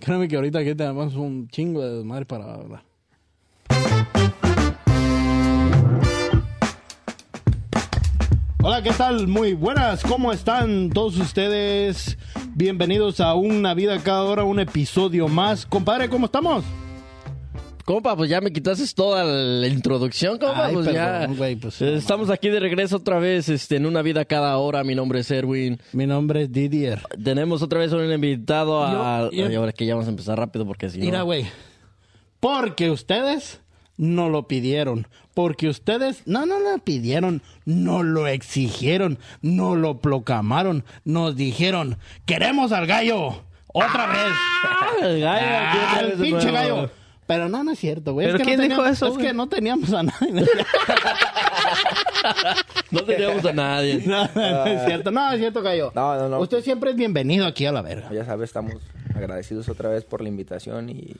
Créeme que ahorita aquí tenemos un chingo de desmadre para hablar. Hola, ¿qué tal? Muy buenas, ¿cómo están todos ustedes? Bienvenidos a Una Vida Cada Hora, un episodio más. Compadre, ¿cómo estamos? Compa, pues ya me quitaste toda la introducción, compa, Ay, pues perdón, ya. güey, pues, Eh, no Estamos aquí de regreso otra vez, este, en una vida cada hora. Mi nombre es Erwin. Mi nombre es Didier. Tenemos otra vez un invitado Yo- a. yo- Ay, ahora que ya vamos a empezar rápido porque si no- Mira, güey. Porque ustedes no lo pidieron. Porque ustedes no, no lo pidieron. No lo exigieron. No lo proclamaron. Nos dijeron, queremos al gallo. Otra vez. Ah, el gallo, aquí otra Ah, vez el de pinche nuevo. gallo. Pero no, no es cierto, güey. ¿Pero es que quién no dijo teníamos- eso, Es güey? que no teníamos a nadie. No teníamos a nadie. No, no es cierto. No, es cierto, gallo. No, no, no. Usted siempre es bienvenido aquí a la verga. Ah, Ya sabes, estamos agradecidos otra vez por la invitación y,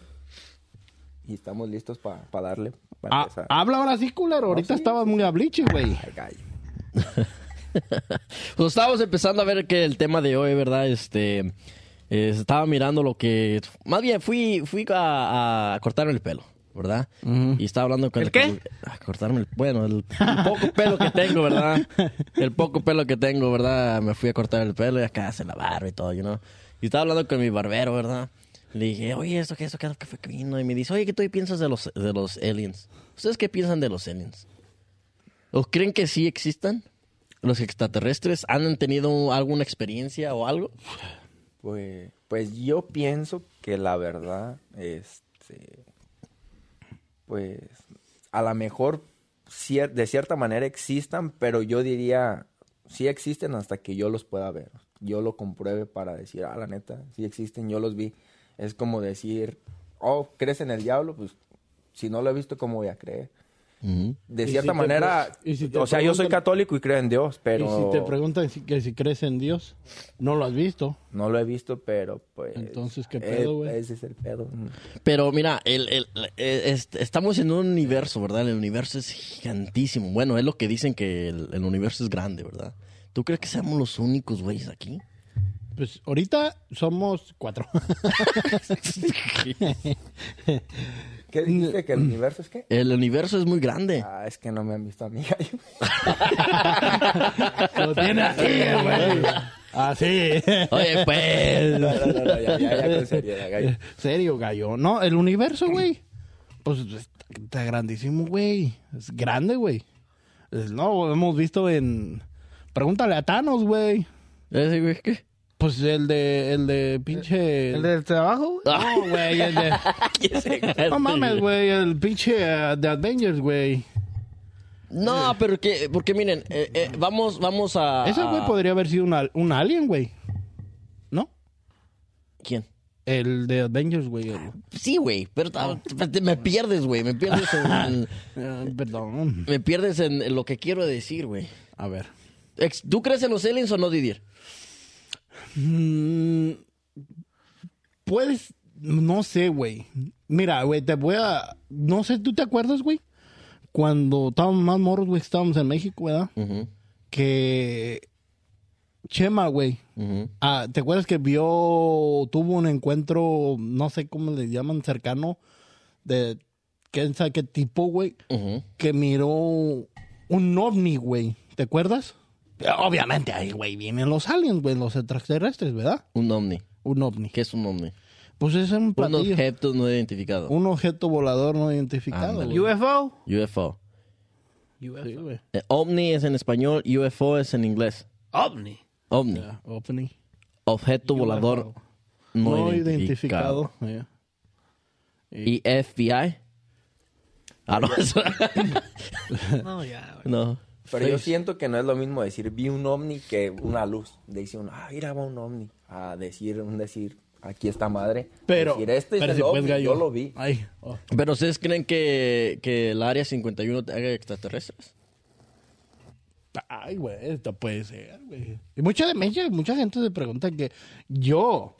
y estamos listos para darle. pa Ah, empezar. habla ahora sí, culero. Ahorita estabas muy abliche, güey. Al gallo. Pues estábamos empezando a ver que el tema de hoy, ¿verdad? Este. eh, estaba mirando lo que. Más bien, fui, fui a, a cortarme el pelo, ¿verdad? Y estaba hablando con. ¿El qué? A cortarme el. Bueno, el, el poco pelo que tengo, ¿verdad? El poco pelo que tengo, ¿verdad? Me fui a cortar el pelo y acá se la barba y todo, you know? Y estaba hablando con mi barbero, ¿verdad? Le dije, oye, ¿esto qué? ¿Esto qué? ¿Qué fue que vino? Y me dice, oye, ¿qué tú piensas de los, de los aliens? ¿Ustedes qué piensan de los aliens? ¿O creen que sí existan? ¿Los extraterrestres han tenido alguna experiencia o algo? Pues, pues yo pienso que la verdad, este, pues a lo mejor cier- de cierta manera existan, pero yo diría, sí existen hasta que yo los pueda ver. Yo lo compruebe para decir, ah, la neta, sí existen, yo los vi. Es como decir, oh, ¿crees en el diablo? Pues si no lo he visto, ¿cómo voy a creer? De ¿Y cierta si te manera, pre- y si te o sea, yo soy preguntan- católico y creo en Dios, pero... Y si te preguntan si- que si crees en Dios, no lo has visto. No lo he visto, pero pues. Entonces, ¿qué eh, pedo, güey? Mm. Ese es el pedo. Pero mira, el, el- eh, est- estamos en un universo, ¿verdad? El universo es gigantísimo. Bueno, es lo que dicen que el, el universo es grande, ¿verdad? ¿Tú crees que seamos los únicos güeyes aquí? Pues ahorita somos cuatro. ¿Qué Mm. dijiste? ¿Que el universo es qué? El universo es muy grande. Ah, es que no me han visto a mí. Ay, lo tiene así, güey. Así. Oye, pues. no, no, no, ya, ya, ya, con seriedad, gallo. Serio, gallo. No, el universo, güey. Pues está, está grandísimo, güey. Es grande, güey. Es- No, hemos visto en. Pregúntale a Thanos, güey. Ese güey, ¿qué? Pues el de. El de pinche. ¿El del trabajo? güey? No, güey. El de. No mames, güey. El pinche eh, de Avengers, güey. No, pero que, porque miren, eh, eh, vamos, vamos a. Ese güey a- podría haber sido un al- un alien, güey. ¿No? ¿Quién? El de Avengers, güey. el- Sí, güey, pero ta- te- me pierdes, güey, me pierdes en, Eh, perdón. me pierdes en lo que quiero decir, güey. A ver. Ex- ¿Tú crees en los aliens o no, Didier? Mm, Puedes. No sé, güey. Mira, güey, te voy a. No sé, ¿tú te acuerdas, güey? Cuando estábamos más morros, güey, estábamos en México, ¿verdad? Que. Chema, güey. Ah, ¿Te acuerdas que vio. Tuvo un encuentro, no sé cómo le llaman, cercano. De. ¿Quién sabe qué tipo, güey? Ujú. que miró un ovni, güey. ¿Te acuerdas? Obviamente ahí, güey, vienen los aliens, güey, los extraterrestres, ¿verdad? Un ovni. Un ovni. ¿Qué es un ovni? Pues es un Un platillo. objeto no identificado. Un objeto volador no identificado. Ándale. güey. ¿UFO? UFO. Sí, güey. Eh, ovni es en español, UFO es en inglés. OVNI. Ovni. Ah, ovni. Objeto volador no, No identificado. identificado. Yeah. ¿Y FBI? Ah, no. eso- No, ya, güey. no. Pero yo siento que no es lo mismo decir vi un ovni que una luz. Decir, un, ah, mira, va un ovni. A decir, un decir, aquí está madre. Pero, Decir, este es pero el si puedes, ovni, gallo. yo lo vi. Ay, oh. Pero ¿ustedes creen que, que el Área 51 haga extraterrestres? Ay, güey, esto puede ser, güey. Y mucha, de- mucha, mucha gente se pregunta que yo,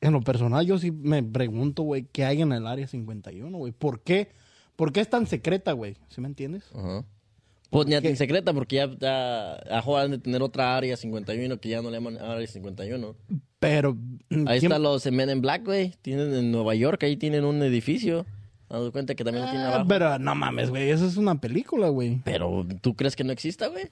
en lo personal, yo sí me pregunto, güey, qué hay en el área 51, güey. ¿Por qué? ¿Por qué es tan secreta, güey? ¿Sí me entiendes? Ajá. Pues ni antisecreta, porque ya, ya ajo, han de tener otra área 51 que ya no le llaman área 51. Pero. mm, Ahí ¿quién- están los Men in Black, güey. Tienen en Nueva York, ahí tienen un edificio. Dando cuenta que también lo tienen Ah, abajo. Pero... Pero no mames, güey. Eso es una película, güey. ¿tú crees que no exista, güey?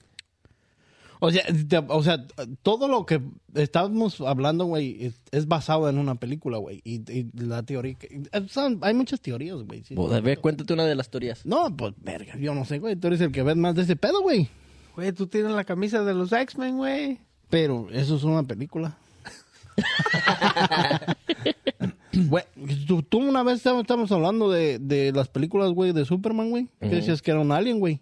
O sea, te- o sea, todo lo que estamos hablando, güey, es, es basado en una película, güey. Y, y la teoría. que- eh, son- hay muchas teorías, güey. sí. Pues, a ver, cuéntate una de las teorías. No, pues, verga, yo no sé, güey. Tú eres el que ves más de ese pedo, güey. Güey, tú tienes la camisa de los X-Men, güey. Pero eso es una película. Güey, tú, tú una vez estábamos estábamos hablando de, de las películas, güey, de Superman, güey. Que decías que era un alien, güey.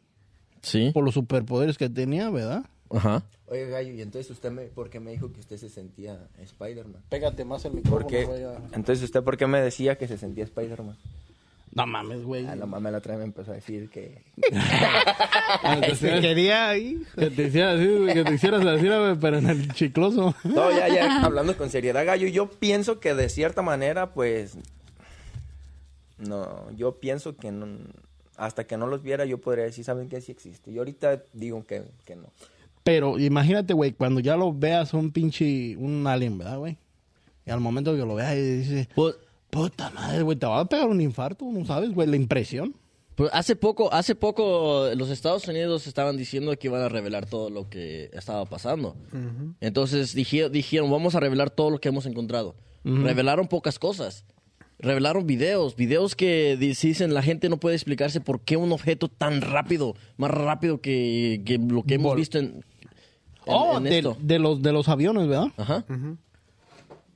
Sí. Por los superpoderes que tenía, ¿verdad? Ajá. Oye, Gallo, y entonces usted me, ¿por qué me dijo que usted se sentía Spider-Man? Pégate más el ¿Por qué? Entonces, ¿usted por qué me decía que se sentía Spider-Man? Ah, No mames, güey. A la mamá la trae me empezó a decir que... Se quería ahí. Que te hicieras así, güey, que te hicieras así, güey, pero en el chicloso. No, ya, ya, hablando con seriedad, Gallo, yo pienso que de cierta manera, pues. No, yo pienso que no- hasta que no los viera, yo podría decir, ¿saben qué? Sí existe. Y ahorita digo que, que no. Pero imagínate, güey, cuando ya lo veas un pinche, un alien, ¿verdad, güey? Y al momento que lo veas y dices, Pues, puta madre, güey, te va a pegar un infarto, ¿no sabes, güey? La impresión. Pues hace poco, hace poco los Estados Unidos estaban diciendo que iban a revelar todo lo que estaba pasando. Entonces dije- dijeron, vamos a revelar todo lo que hemos encontrado. Revelaron pocas cosas. Revelaron videos, videos que di- dicen la gente no puede explicarse por qué un objeto tan rápido, más rápido que, que lo que hemos Vol- visto en, en- oh, en de, esto. de los, de los aviones, ¿verdad? Ajá.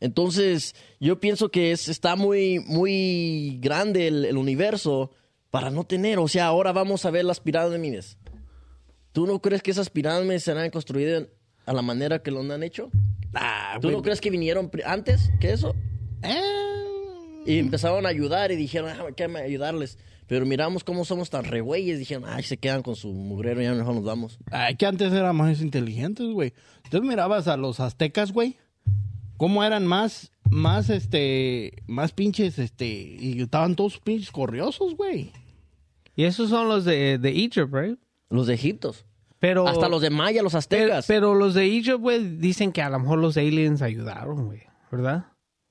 Entonces, yo pienso que es, está muy, muy grande el, el universo para no tener. O sea, ahora vamos a ver las pirámides. ¿Tú no crees que esas pirámides serán construidas a la manera que lo han hecho? Ah, ¿Tú güey. no crees que vinieron pri- antes que eso? Eh, Y empezaron a ayudar y dijeron, ah, déjame ayudarles. Pero miramos cómo somos tan regüeyes. Dijeron, ay, se quedan con su mugrero, ya mejor nos vamos. Ay, que antes eran más inteligentes, güey. Tú mirabas a los aztecas, güey. Cómo eran más, más, este, más pinches, este, y estaban todos pinches corriosos, güey. Y esos son los de, de Egypt, right? Los de Egiptos. Pero, Hasta los de Maya, los pero, aztecas. pero los de Egypt, güey, dicen que a lo mejor los aliens ayudaron, güey. ¿Verdad?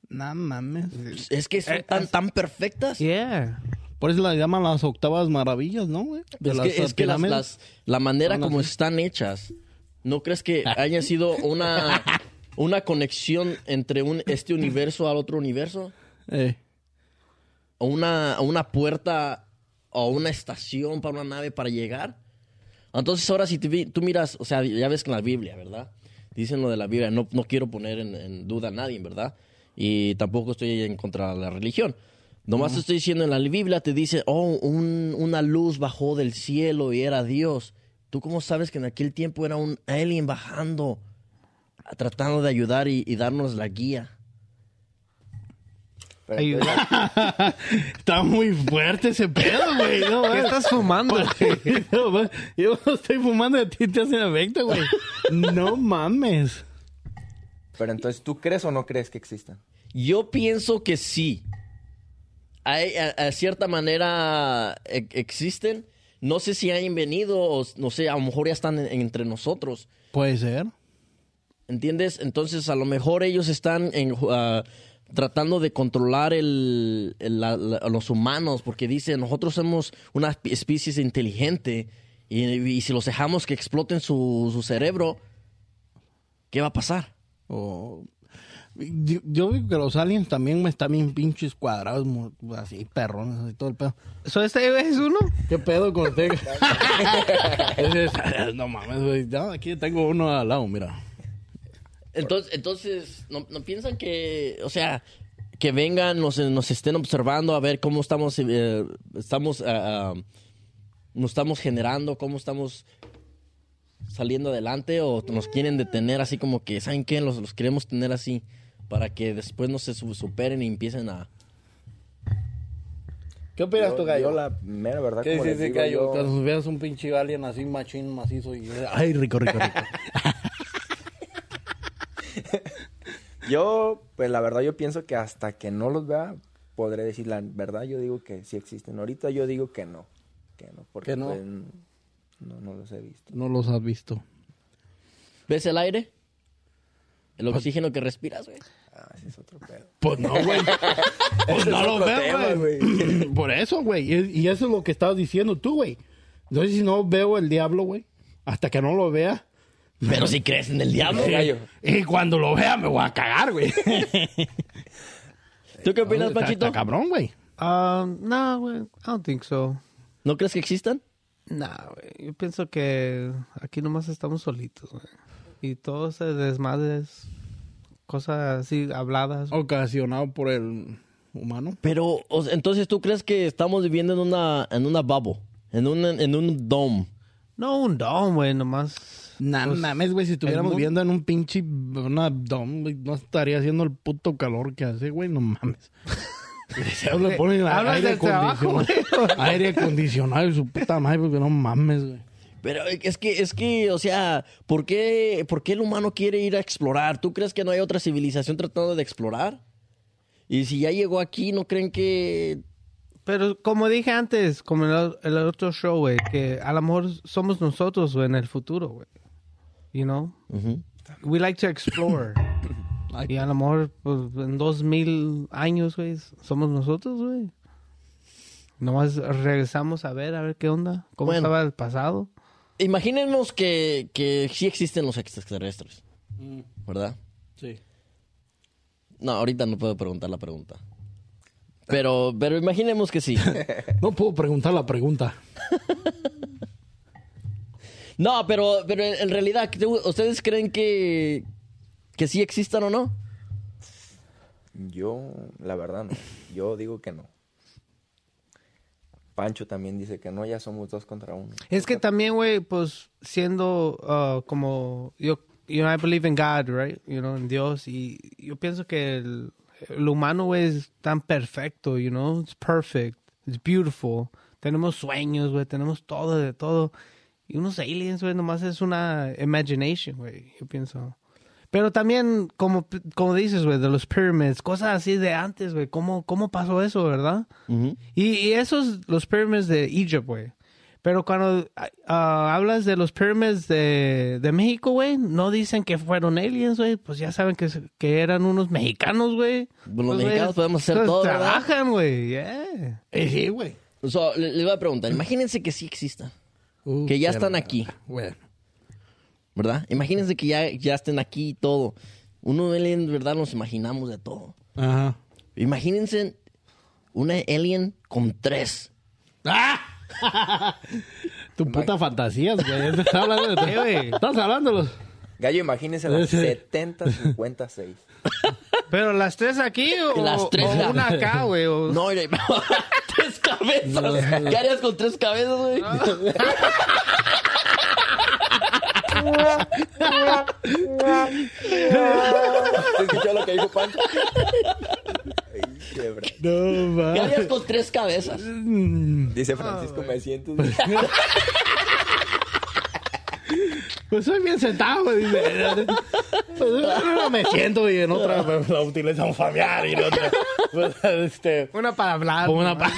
No mames. es que son tan, tan perfectas. Yeah. Por eso las llaman las octavas maravillas, ¿no, güey? De Es las que, es que las, pirámides. Ah, las- la manera como están hechas, ¿no crees que haya sido una, una conexión entre un, este universo al otro universo? Eh, ¿O una, una puerta o una estación para una nave para llegar? Entonces ahora si te vi- tú miras, o sea, ya ves que en la Biblia, ¿verdad? Dicen lo de la Biblia, no, no quiero poner en, en duda a nadie, ¿verdad? Y tampoco estoy en contra de la religión. Nomás te estoy diciendo, en la Biblia te dice, oh, un- una luz bajó del cielo y era Dios. ¿Tú cómo sabes que en aquel tiempo era un alien bajando, a- tratando de ayudar y, y darnos la guía? Pero Ayuda. entonces- Está muy fuerte ese pedo, güey. No, ¿Qué güey. estás fumando? Yo, güey, yo no estoy fumando y a ti te hacen efecto, güey. No mames. pero entonces, ¿tú crees o no crees que existan? Yo pienso que sí. Hay, a, a cierta manera e- existen. No sé si hayan venido o s- no sé, a lo mejor ya están en- entre nosotros. Puede ser. ¿Entiendes? Entonces, a lo mejor ellos están en, ah, tratando de controlar el, el- la- la- a los humanos porque dicen, nosotros somos una espe- especie inteligente y, y si los dejamos que exploten su, su cerebro, ¿qué va a pasar? O- Yo, yo digo que los aliens también me están bien pinches cuadrados, mu- así, perrones, así todo el pedo. ¿So este es uno? ¿Qué pedo con usted? Ese es- no mames, güey. No, aquí tengo uno al lado, mira. Entonces, entonces ¿no, no piensan que, o sea, que vengan, nos, nos estén observando a ver cómo estamos, eh, estamos, ah, ah, nos estamos generando, cómo estamos saliendo adelante o nos quieren detener así como que, ¿saben qué? Los, los queremos tener así para que después no se su- superen y empiecen a... ¿Qué opinas tú, Yo- Yo Gallo? la mera verdad, ¿Qué como dices les de digo, gallo? yo- Cuando veas un pinche alien así machín, macizo y... Ay, rico, rico, rico. Yo, pues la verdad, yo pienso que hasta que no los vea, podré decir la verdad. Yo digo que sí existen. Ahorita yo digo que no. Que no. Porque Que no. pues, No, no los he visto. No los has visto. ¿Ves el aire? El oxígeno que respiras, güey. Ah, ese es otro pedo. Pues no, güey. pues no lo tema, veo, güey. Por eso, güey. Y y eso es lo que estabas diciendo tú, güey. Entonces, si no veo el diablo, güey, hasta que no lo vea. Pero si crees en el diablo. Gallo. Y cuando lo vea, me voy a cagar, güey. ¿Tú qué opinas, Está- Panchito? está cabrón, güey. Um, no, güey. I don't think so. ¿No crees que existan? Nah, güey. Yo pienso que aquí nomás estamos solitos, güey. Y todo ese desmadre es cosas así habladas. Oh. Ocasionado por el humano. Pero, o sea, entonces tú crees que estamos viviendo en una, en una bubble, en un, en un dome. No, un don, güey, nomás. Pues, Nah, mames, güey, si estuviéramos mundo- viviendo en un pinche una dom, güey, no estaría haciendo el puto calor que hace, güey, no mames. Se le ponen a- Hablas aire del trabajo, acondicionado, aire acondicionado y su puta madre, porque no mames, güey. Pero es que, es que, o sea, ¿por qué, ¿por qué el humano quiere ir a explorar? ¿Tú crees que no hay otra civilización tratando de explorar? Y si ya llegó aquí, ¿no creen que...? Pero como dije antes, como en el, el otro show, güey, que a lo mejor somos nosotros, güey, en el futuro, güey. You know? We like to explore. y a lo mejor pues, en dos mil años, güey, somos nosotros, güey. Nomás regresamos a ver, a ver qué onda, cómo Bueno. estaba el pasado. Imaginémonos que, que sí existen los extraterrestres, ¿verdad? Sí. No, ahorita no puedo preguntar la pregunta. Pero, pero imaginemos que sí. No puedo preguntar la pregunta. No, pero, pero en en realidad, ¿tú- ¿ustedes creen que, que sí existan o no? Yo, la verdad, no. Yo digo que no. Pancho también dice que no, ya somos dos contra uno. Es que también, güey, pues siendo uh, como yo, you know, I believe in God, right? You know, en Dios. Y yo pienso que el, el humano, güey, es tan perfecto, you know, it's perfect, it's beautiful. Tenemos sueños, güey, tenemos todo de todo. Y unos aliens, güey, nomás es una imagination, güey, yo pienso. Pero también, como, como dices, güey, de los pyramids, cosas así de antes, güey, ¿cómo, cómo pasó eso, verdad? Y, y esos, los pyramids de Egypt, güey. Pero cuando ah, ah, hablas de los pyramids de, de México, güey, no dicen que fueron aliens, güey. Pues ya saben que, se- que eran unos mexicanos, güey. Los Pues, güey, mexicanos podemos hacer pues, todo, ¿verdad? Trabajan, güey, yeah. Eh, sí, güey. O sea, le, le voy a preguntar, imagínense que sí existan, Uh, que ya qué están la- aquí, Bueno. ¿verdad? Imagínense que ya, ya estén aquí y todo. Uno alien, ¿verdad? Nos imaginamos de todo. Ajá. Imagínense una alien con tres. ¡Ah! tu puta fantasías, güey. Estás hablando de Sí, güey. Estás hablando de los. Gallo, imagínese las Ese- 70, 56. Pero las tres aquí o, Las tres, o la- una acá, güey. o- No, mira, tres cabezas. ¿Qué harías con tres cabezas, güey? ¿Se escuchó lo que dijo Pancho? Ay, qué bra- No, ¿Qué mames. harías con tres cabezas? Dice Francisco, me siento. Pues soy bien sentado, güey. dice. Pues no me siento y en otra pues, la utiliza un familiar y en otra. Pues, este. Una para hablar. Como una pa-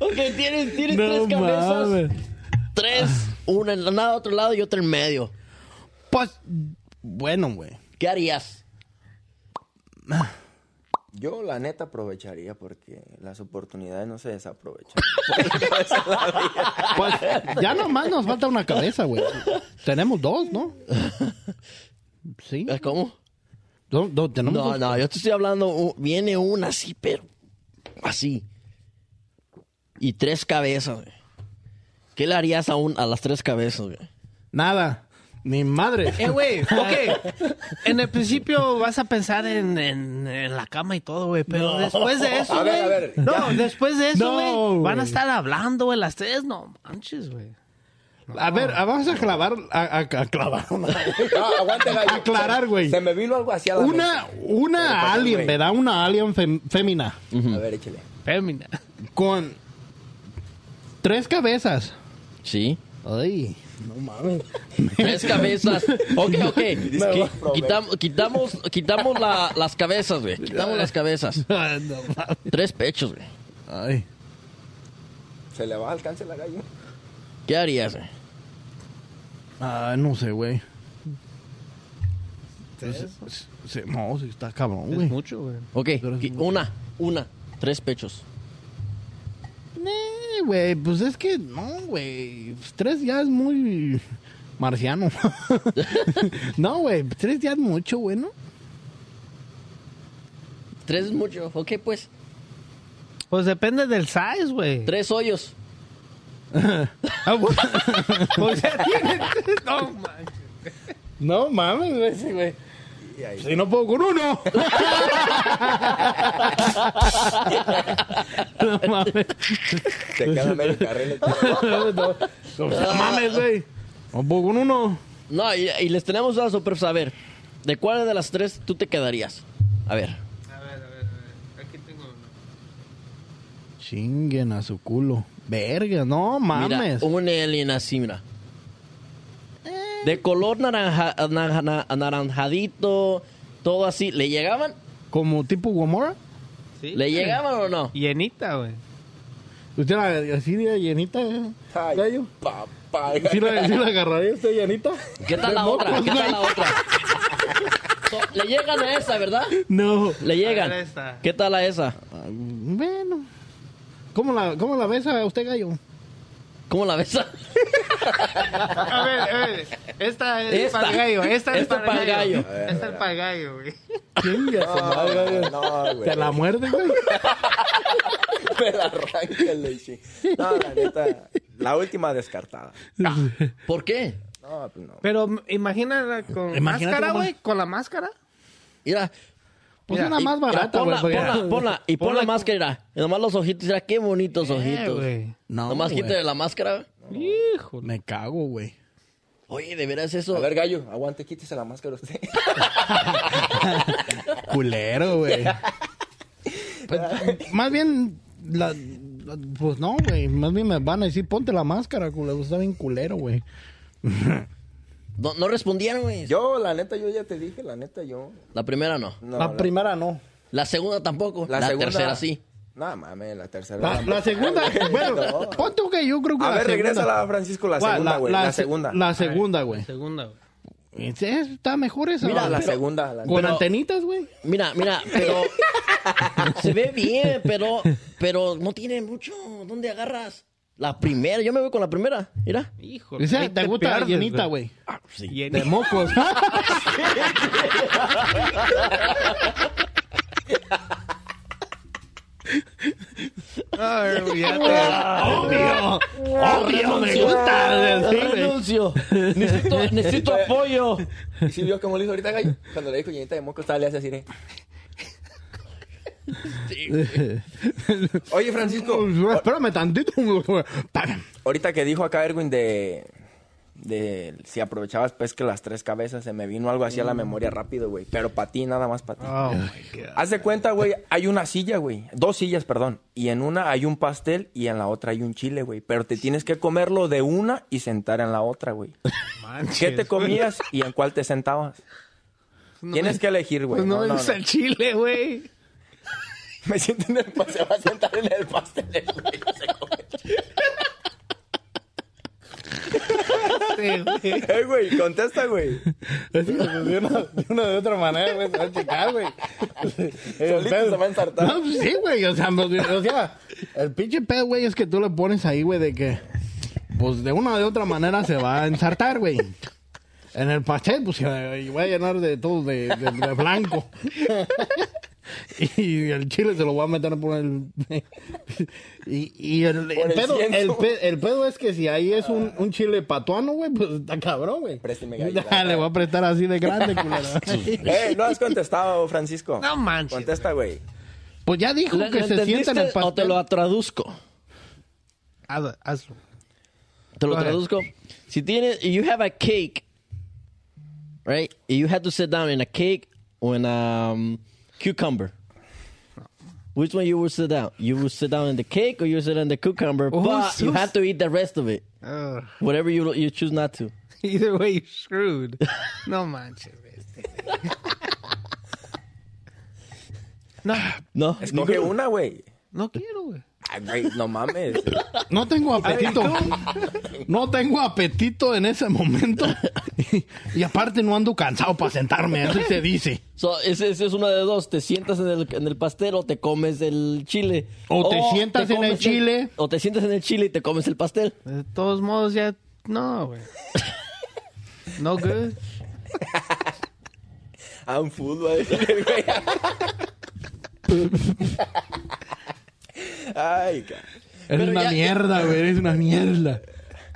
Ok, tienes, tienes No tres cabezas. mames. Tres, una en la otro lado y otra en medio. Pues, bueno, güey. ¿Qué harías? Yo, la neta, aprovecharía porque las oportunidades no se desaprovechan. Pues, ya nomás nos falta una cabeza, güey. Tenemos dos, ¿no? Sí. ¿Cómo? Do- do- tenemos No, dos. no, yo te estoy hablando. u- Viene una así, pero. Así. Y tres cabezas, güey. ¿Qué le harías a, un- a las tres cabezas, güey? Nada. Ni madre. Eh, güey, ok. En el principio vas a pensar en, en- en la cama y todo, güey. Pero después de eso, A ver, güey, a ver, No, después de eso, No, güey. van a güey. estar hablando, güey, las tres. No manches, güey. A ver, ah, vamos a clavar. A, a- a clavar una. No, aguante, gallo. Aclarar, güey. Se me vino algo así a la Una, mente. Pero, una pues, alien, güey. ¿verdad? Una alien fem- fémina. A ver, échale. Fémina. Con tres cabezas. Sí. Ay, no mames. Tres cabezas. Ok, ok. que- Qui- quitam- quitamos quitamos la- las cabezas, güey. Ah, Quitamos las cabezas. Ay, no mames. Tres pechos, güey. Ay. Se le va al alcance la gallina. ¿Qué harías? eh? Ah, no sé, güey. Pues, Es, Se- No, sí, está cabrón, es güey. mucho, güey. Ok, Pero es y una, una, tres pechos. Eh, güey, pues es que no, güey. Pues, Tres ya es muy marciano. no, güey, tres ya es mucho, güey, ¿no? Tres es mucho. Ok, pues, Pues depende del size, güey. tres hoyos. Ah, Pues ya tiene. No, man. No mames, güey, sí, güey. Y ahí. Si no puedo con uno. no mames. Te queda medio carril. no, no mames, güey. No puedo con uno. No, y, y les tenemos una sorpresa. A ver, ¿de cuál de las tres tú te quedarías? A ver. A ver, a ver, a ver. Aquí tengo uno. Chinguen a su culo. Verga, no Mira, mames. un alien así, mira. De color naranja, naranja- na- anaranjadito, todo así. ¿Le llegaban? Como tipo Gomorra. Sí. ¿Le llegaban o no? Llenita, güey. Usted la, Pues así de llenita, eh, Ay, gallo. papá. ¿Sí la, sí la agarraría usted llanita? ¿Qué tal la No, otra? pues, ¿Qué tal güey. la otra? So, Le llegan a esa, ¿verdad? No. Le A ver llegan. esta. ¿Qué tal a esa? Ah, Bueno. ¿Cómo la, ¿Cómo la ves a usted, gallo? ¿Cómo la ves? A ver, a ver. Esta es Esta. para el gallo. Esta es Esta para el gallo. A ver, a Esta es ver. para el gallo, güey. Chinga su madre, gallo. No, güey. Te la muerde, güey. Me la arranca el leche. No, la neta. La última descartada. Pues ¿Por qué? No, pues no. Pero m- imagina con Imagínate máscara, cómo- güey. Con la máscara. Mira. Pues Mira, una y- más mira, barata, güey. ponla, porque- ponla, ponla, y pon la Ponla- máscara. Y nomás los ojitos. Mira, qué bonitos ojitos. güey. No, nomás Eh, güey. quítale la máscara. Híjole. Me cago, güey. Oye, de veras eso. A ver, gallo, aguante, quítese la máscara usted. Culero, güey. Pues, más bien, la- la- pues no, güey. Más bien me van a decir, ponte la máscara, culero. Está bien culero, güey. No, no respondieron, güey. Yo, la neta, yo ya te dije, la neta, yo. La primera no. No, la primera no. La segunda tampoco. La, tercera sí. No, mames, la tercera. La, la segunda, bueno, No. ponte que yo creo que A la ver, segunda. regresa la Francisco, la ¿Cuál? segunda, güey. La, se- segunda. La segunda, güey. Segunda, güey. Es- Está mejor esa. Mira, güey. la segunda. La Con pero- antenitas, güey. Mira, mira, pero. se ve bien, pero. Pero no tiene mucho. ¿Dónde agarras? La primera. Yo me voy con la primera. Mira. Híjole. O sea, ahí te gusta la pierdes, llenita, güey. Sí. Llenita. De mocos. Ay, olvídate. Obvio. Obvio, me gusta. Sí, güey. Renuncio. Necesito, necesito apoyo. ¿Y si vio cómo le hizo ahorita Gallo? Cuando le dijo llenita de moco, estaba le hace así, ¿eh? Oye, Francisco, Espérame tantito. güey. Pam. ahorita que dijo acá Erwin de, de si aprovechabas pues que las tres cabezas, se me vino algo así a la memoria rápido, güey. Pero para ti, nada más para ti. Oh, my God. Haz de cuenta, güey, hay una silla, güey. Dos sillas, perdón. Y en una hay un pastel y en la otra hay un chile, güey. Pero te tienes que comerlo de una y sentar en la otra, güey. ¿Qué Manches, te comías y en cuál te sentabas? Pues No Tienes me- que elegir, güey. Pues no, No, me no, gusta no. el é chile, güey. Me siento en el pastel, se va a sentar en el pastel. el güey, no se come. Sí, güey. Eh, güey, contesta, güey. Es que de una, de una de otra manera, güey, se va a checar, güey. El Solito pedo- se va a ensartar. No, pues sí, güey, o sea, no, o sea, el pinche pedo, güey, es que tú le pones ahí, güey, de que, pues de una de otra manera se va a ensartar, güey. En el pastel, pues se va y va a llenar de todo de, de- de blanco. Y el chile se lo va a meter por el. Y, y el, el el pedo, cienzo. el, pe- el pedo es que si ahí es un, un chile patuano, güey, pues está cabrón, güey. Présteme gallina. Dale, voy a apretar así de grande, culero. Eh, no has contestado, Francisco. No manches, Contesta, güey. Pues ya dijo ¿Le- que le se sienta en el entendiste pastel. O te lo traduzco. Haz- Hazlo. Te lo Go ahead. traduzco. Si tienes, you have a cake, right? And You have to sit down in a cake or in a um, cucumber. Which one you will sit down? You will sit down in the cake or you will sit in the cucumber, but who's- you who's- have to eat the rest of it. Ugh. Whatever you you choose not to. Either way, you're screwed. No manches, güey. este güey. No, No. Escoge ninguno. una, güey. no quiero, güey. Ah, güey, no mames. No tengo apetito. No tengo apetito en ese momento. Y, y aparte no ando cansado para sentarme, eso se dice. So, ese, ese es uno de dos. Te sientas en el, en el pastel o te comes el chile. O te sientas en el comes chile. O te sientas en el chile y te comes el pastel. De todos modos, ya. No, güey. No good. I'm full, va a decir el güey. Ay, ca- Eres una mierda, güey. Eres una mierda.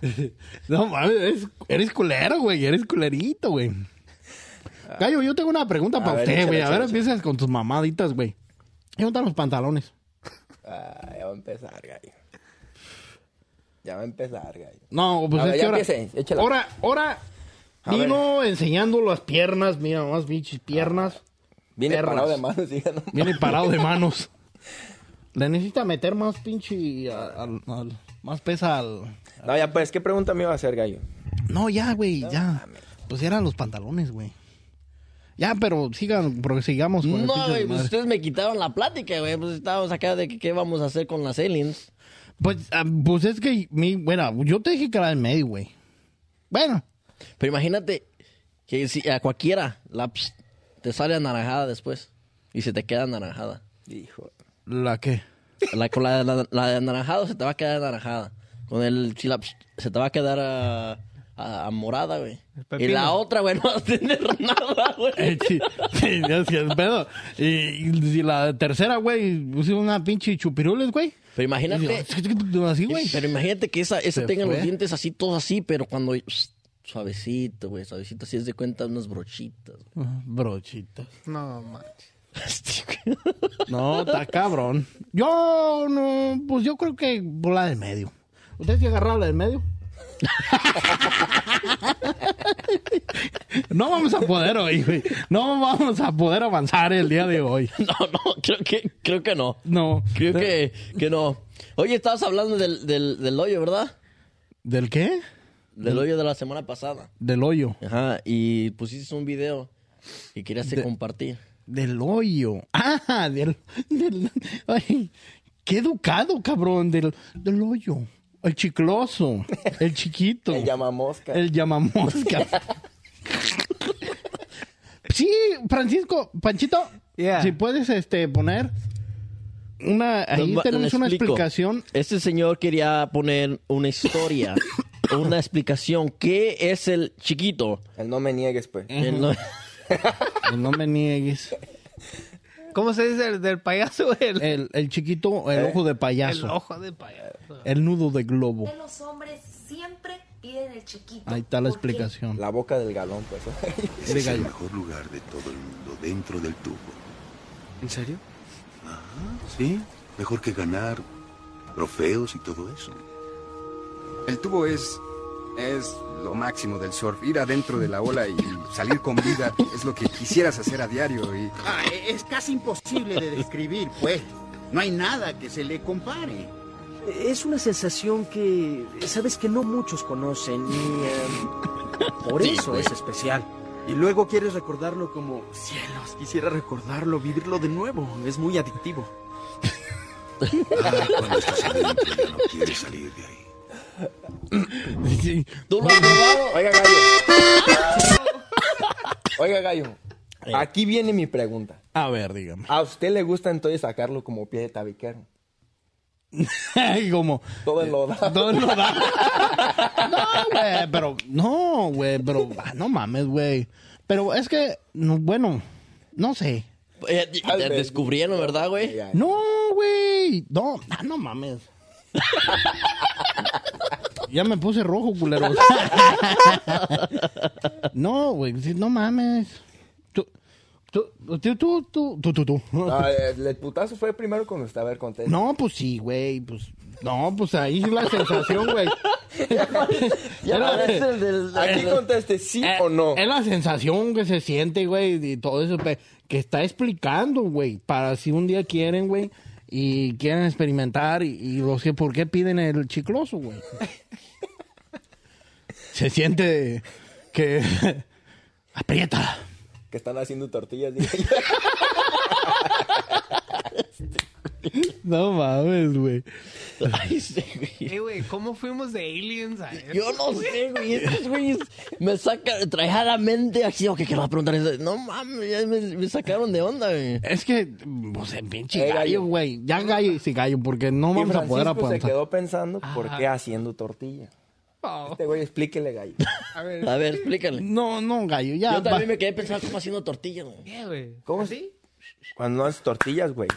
No mames, eres, eres culero, güey. Eres culerito, güey. Gallo, yo tengo una pregunta para ver, usted, échala, güey. A ver, échala, empiezas con tus mamaditas, güey. ¿Qué onda los pantalones? ah, ya va a empezar, gallo. Ya va a empezar, gallo. No, pues A es ver, que ya ahora, empiece, échala. ahora, ahora A vino enseñando las piernas, mira, más bichis piernas. Viene Perros. parado de manos, diga, no mames. Viene parado de manos. Le necesita meter más pinche, a- al- al- más pesa al... No, ya, pues, ¿qué pregunta me iba a hacer, gallo? No, ya, güey, ya. Pues eran los pantalones, güey. Ya, pero sigan, prosigamos con el No, pinche güey, pues desmadre. ustedes me quitaron la plática, güey. Pues estábamos acá de que qué vamos a hacer con las aliens. Pues, ah, pues es que, mi, bueno, yo te dije que era el medio, güey. Bueno, Pero imagínate que si a cualquiera la, ps- te sale anaranjada después y se te queda anaranjada. Hijo. ¿la qué? La, con la, la- la de anaranjado se te va a quedar anaranjada. Con el chila ps- se te va a quedar a, a- a morada, güey. El Y pepino. la otra, güey, no va a tener nada, güey. Eh, sí, sí, ya sí, es pedo. Y, y la tercera, güey, puse una pinche chupirules, güey. Pero Y yo, "Ah, imagínate, Así, güey. pero imagínate que esa, esa Se tenga fue. los dientes así, todos así, pero cuando ps- suavecito, güey, suavecito, así es de cuenta unas brochitas. güey. Brochitas. No, manches. Este, güey. No, está cabrón. Yo no, pues yo creo que por la del medio. ¿Usted sí agarraba la del medio? no vamos a poder hoy, güey. No vamos a poder avanzar el día de hoy. No, no, creo que, creo que no. No. Creo que, que no. Oye, estabas hablando del, del, del hoyo, ¿verdad? ¿Del qué? Mm. Del hoyo de la semana pasada. Del hoyo. Ajá, y pusiste un video y querías que compartir. Del hoyo. Ah, del. del ay, qué educado, cabrón. Del, del hoyo. El chicloso. El chiquito. El llama mosca. El llamamosca. sí, Francisco, Panchito, Yeah. si puedes este poner una ahí Les va- tenemos les una explico. explicación. Este señor quería poner una historia, una explicación. ¿Qué es el chiquito? El no me niegues, pues. El no- No me niegues. ¿Cómo se dice el del payaso? El, El, el chiquito, el ojo de Eh, el payaso. El, ojo de payaso. nudo de globo. los hombres siempre piden el chiquito. Ahí está la porque explicación. La boca del galón, pues. Es Diga el yo. mejor lugar de todo el mundo, dentro del tubo. ¿En serio? ¿Sí? Mejor que ganar trofeos y todo eso. El tubo es. es lo máximo del surf. Ir adentro de la ola y salir con vida es lo que quisieras hacer a diario y. Ah, e- es casi imposible de describir, pues. No hay nada que se le compare. Es una sensación que, sabes, que no muchos conocen y eh, por eso pues. es especial. Y luego quieres recordarlo como. Cielos, quisiera recordarlo, vivirlo de nuevo. Es muy adictivo. Ay, cuando estás adentro ya no quieres salir de ahí. Sí. ¿Tú lo has probado? Oiga, gallo. Oiga, gallo. Eh. Aquí viene mi pregunta. A ver, dígame. ¿A usted le gusta entonces sacarlo como pie de tabiquero? Como Todo enlodado. todo lo da. No, güey, pero no, güey, pero ah, no mames, güey. Pero es que no, bueno, no sé. Eh, te- te descubrieron, ¿verdad, güey? Ya, Eh, No, güey. No, ah, no mames. ya me puse rojo, culero. no, güey, sí, no mames. Tú, tú, tú, tú, tú, tú, tú, tú. No, el, el putazo fue primero con usted. A ver, contesta. No, pues sí, güey, pues... No, pues ahí sí la sensación, güey. Ya Era- parece el del- Aquí conteste sí Eh, o no. Es la sensación que se siente, güey, y todo eso pe- que está explicando, güey, para si un día quieren, güey, y quieren experimentar y, y los que por qué piden el chicloso, güey. se siente que aprieta. Que están haciendo tortillas. dije. No mames, güey. Ay, sí, güey. Eh, güey, ¿cómo fuimos de aliens a esto? Yo no sé, güey. Estos güeyes me sacan, trae a la mente así, ok, que le va a preguntar eso. No mames, ya me, me sacaron de onda, güey. Es que, pues, es pinche Eh, gallo. gallo, güey. Ya gallo y sí gallo, porque no Y vamos a poder Francisco se apuntar. quedó pensando por qué haciendo tortilla. Oh, Este güey, explíquele, gallo. a ver, A ver, explícale. No, no, gallo, ya. Yo va. también me quedé pensando cómo haciendo tortilla, güey. ¿qué, güey? ¿Cómo así? Cuando no haces tortillas, güey.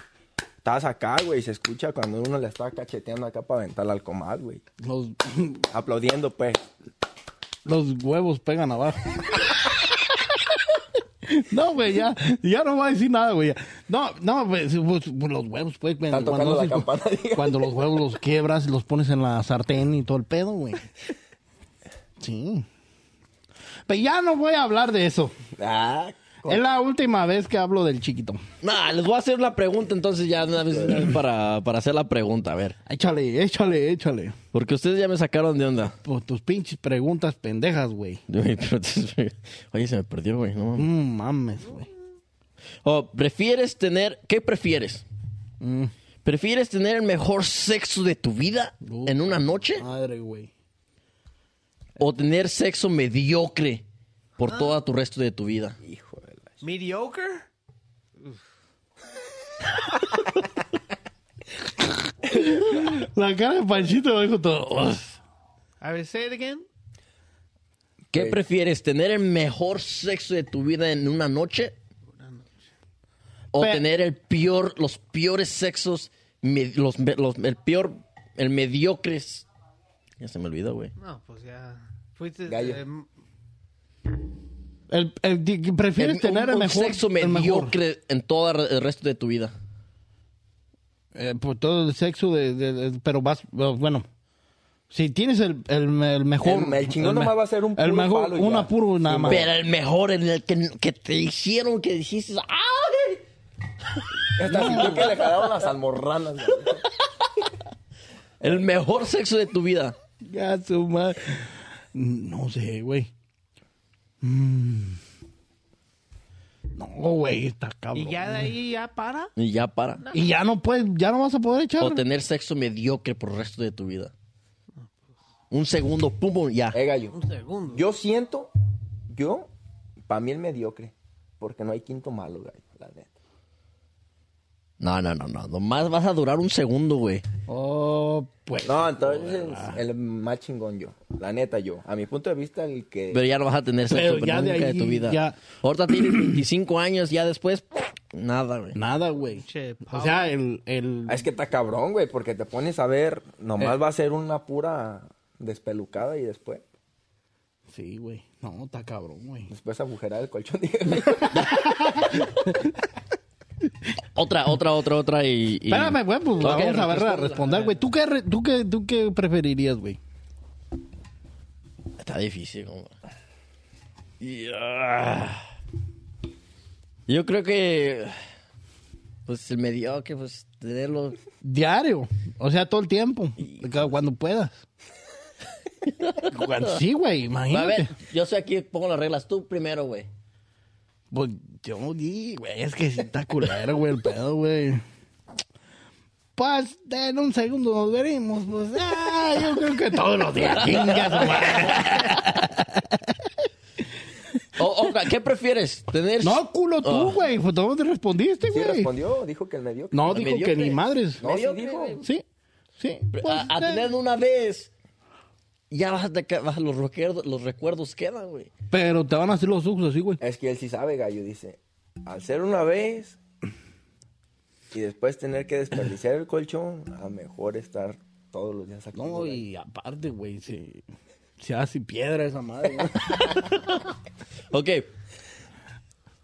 Estás acá, güey, y se escucha cuando uno le está cacheteando acá para aventarla al comal, güey. Los, Aplaudiendo, pues. los huevos pegan abajo. No, güey, ya, ya no va a decir nada, güey. ya. No, no, pues, pues, pues, los huevos, pues, güey, Están tocando la campana, diga. cuando los huevos los quiebras y los pones en la sartén y todo el pedo, güey. Sí. Pero ya no voy a hablar de eso. Ah, co- Es la última vez que hablo del chiquito. Nah, les voy a hacer la pregunta entonces ya una vez para, para hacer la pregunta, a ver. Échale, échale, échale. Porque ustedes ya me sacaron de onda. Por tus pinches preguntas pendejas, güey. Güey, pero entonces- Oye, se me perdió, güey. No mames. Mm, mames, güey. Oh, ¿prefieres tener... ¿Qué prefieres? Mm. ¿Prefieres tener el mejor sexo de tu vida en una noche? Madre, güey. ¿O tener sexo mediocre Ah. por todo tu resto de tu vida? ¿Mediocre? La cara de Panchito lo dijo todo. Uf. A ver, say it again. ¿Qué prefieres? ¿Tener el mejor sexo de tu vida en una noche? ¿O Pe- tener el peor, los peores sexos, me- los, me- los- el peor, el mediocre? Ya se me olvidó, güey. No, pues ya. Fuiste. Gallo. eh, El, el- di- ¿Prefieres El- tener un, el un mejor? sexo el mejor? mediocre en todo el resto de tu vida. Eh, por todo el sexo, de, de- de- pero vas, oh, bueno. Si tienes el, el- el mejor. El- el chingón me- nomás va a ser un El puro mejor, palo y una ya. puro nada más. Pero el mejor, en el que, que te hicieron, que dijiste, ¡ay! Hasta sintió que le jalaron las almorranas, güey. El mejor sexo de tu vida. Ya, su madre. No sé, güey. Mm. No, güey, está cabrón. y ya de ahí ya para. Y ya para. Y ya no puedes, ya no vas a poder echar. O tener sexo mediocre por el resto de tu vida. Un segundo, pum, pum, ya. Eh, gallo. Un segundo. Yo siento, yo, para mí el mediocre. Porque no hay quinto malo, gallo, la neta. No, no, no, no. Nomás vas a durar un segundo, güey. Oh, pues. No, entonces Ah. el más chingón yo. La neta, yo. A mi punto de vista, el que... Pero ya no vas a tener sexo Pero pero ya de nunca de, ahí, tu vida. ya. Ahorita tienes 25 años, ya después, nada, güey. Nada, güey. Che, O Pau. sea, el. el... Ah, Es que está cabrón, güey, porque te pones a ver, nomás va a ser una pura despelucada y después, Sí, güey. No, está cabrón, güey. después agujerar el colchón. Otra, otra, otra, otra y... y- Espérame, güey, pues Ok, vamos a ver a responde. responder, güey. ¿Tú qué, re- tú, qué, ¿Tú qué preferirías, güey? Está difícil, como. Y, ah. Yo creo que. Pues el mediocre, pues tenerlo. Diario. O sea, todo el tiempo. Cu- Cuando puedas. Cuando- sí, güey, Va, a ver, imagínate. yo soy aquí, pongo las reglas. Tú primero, güey. Pues yo no di, güey. Es que sí está culero, güey, el pedo, güey. Pues, en un segundo nos veremos. Pues, ah, yo creo que todos los días. Chingas, güey. O, o, ¿Qué prefieres? ¿Tener.? No, culo tú, Oh. güey. Pues, ¿Tú no te respondiste, Sí güey? respondió, dijo que el mediocre. No, Al dijo mediocre. que ni madres. No, sí Mediocre, dijo. güey. Sí, sí. A, a eh, tenerlo una vez. Ya vas a teca- vas- los, recuerdos, los recuerdos quedan, güey. Pero te van a hacer los ojos así, güey. Es que él sí sabe, gallo, dice, al ser una vez y después tener que desperdiciar el colchón, a mejor estar todos los días sacando. No, gallo. y aparte, güey, se, se hace piedra esa madre, güey. Ok.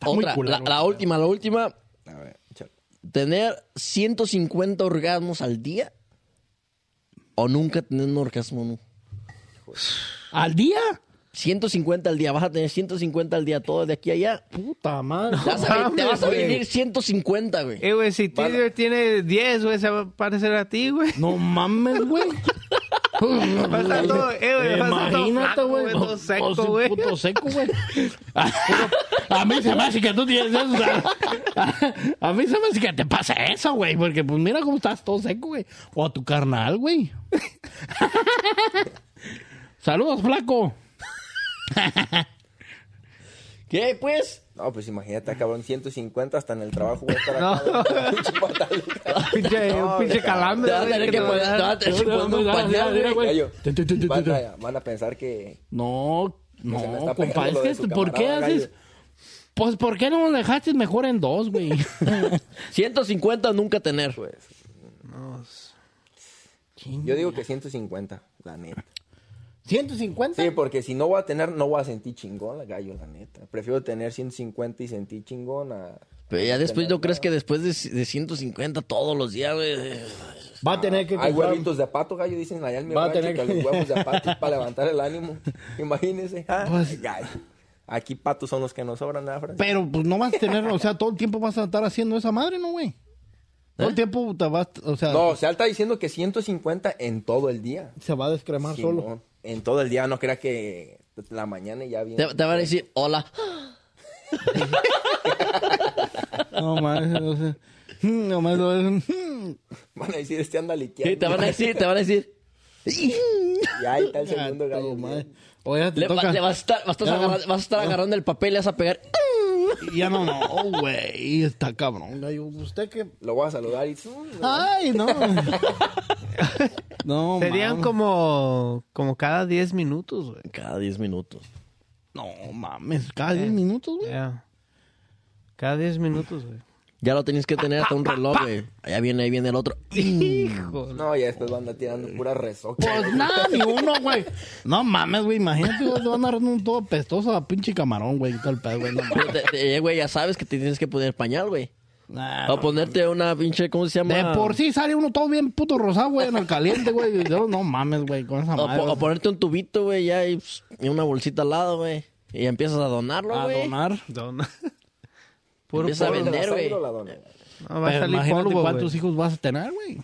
muy Otra, culero, la, la güey. última, la última. A ver, échale. ¿Tener 150 orgasmos al día? ¿O nunca tener un orgasmo? nu- ¿Al día? 150 al día, vas a tener 150 al día todo de aquí a allá. Puta madre. Vas a ver- te mames, vas a güey. venir 150, güey. Eh, güey, si Tinder tiene 10, güey, se va a parecer a ti, güey. No mames, güey. Pasa todo, eh, güey, pasa todo Imagínate, flaco, güey. güey, todo seco, O sea, güey. Puto seco, güey. A, a mí se me hace que tú tienes eso. o sea, a, a mí se me hace que te pasa eso, güey. Porque pues mira cómo estás todo seco, güey. O a tu carnal, güey. Saludos, flaco. ¿Qué, pues? No, pues imagínate, cabrón, 150 hasta en el trabajo voy a estar acá. güey, pinche pantalón. Pinche, un pinche Te calambre. vas a güey, tener que te poner, va a te dar. vas a tener que poner un pañal, Mira, güey. güey. Gallo, Tu, tu, tu, tu, Van tu. a, van a pensar que No, se me no, compa, está pegando es lo de que su ¿por qué camarada, haces? Pues ¿por qué no lo dejaste mejor en dos, güey? 150 nunca tener. pues. Yo digo que 150, la neta. 150. pues, Sí, porque si no voy a tener, no voy a sentir chingón, la gallo, la neta. Prefiero tener 150 y sentir chingón a. Pero ya después, tener ¿no crees nada. que después de, de 150 todos los días, güey? Va a tener que Hay comprar- huevitos de pato, gallo, dicen allá en mi Va a rancho, tener que que- los huevos de pato es para levantar el ánimo. Imagínense. Ah, Pues- gallo. Aquí patos son los que nos sobran, ¿verdad, Fran? Pero pues no vas a tener, o sea, todo el tiempo vas a estar haciendo esa madre, ¿no, güey? Todo ¿Eh? el tiempo te vas, o sea, No, o sea, él está diciendo que 150 en todo el día. se va a descremar Simón, solo. En todo el día, no crea que la mañana ya viene. Te, te van a decir, hola. No mames, o sea, mm, no mames, o sea, mm. Van a decir, este anda Y te liqueando. van a decir, te van a decir. Y ahí está el segundo Ah, todo gallo. madre. O ya te Le, va- toca. le vas, a estar, vas, a estar agarra- vas a estar agarrando el papel, le vas a pegar. Ya no, no, güey, está cabrón, gallo. Usted que Lo voy a saludar y... Ay, no. no, Serían mames. como, como cada 10 minutos, güey. Cada 10 minutos. No mames, cada 10 minutos, güey. Ya. Cada 10 minutos, güey. Ya lo tenías que tener hasta un reloj, güey. Allá viene, ahí viene el otro. Hijo. No, ya después van a tirando pura resoca. Pues nada, ni uno, güey. No mames, güey. Imagínate, güey, te van a dar un todo pestoso a pinche camarón, güey. y Tal pedo, güey. No mames. Pero te- te- eh, güey, ya sabes que te tienes que poner pañal, güey. Nah, pues, O ponerte una pinche, ¿cómo se llama? De por sí sale uno todo bien puto rosado, güey, en el caliente, güey. Y yo, No mames, güey, con esa O, madre. po- o güey. ponerte un tubito, güey, ya y, pss, y una bolsita al lado, güey. Y empiezas a donarlo, a güey. donar. Dona. Puro Empiezas a polvo. vender, güey. No, va a Pero salir imagínate polvo, cuántos güey. hijos vas a tener, güey.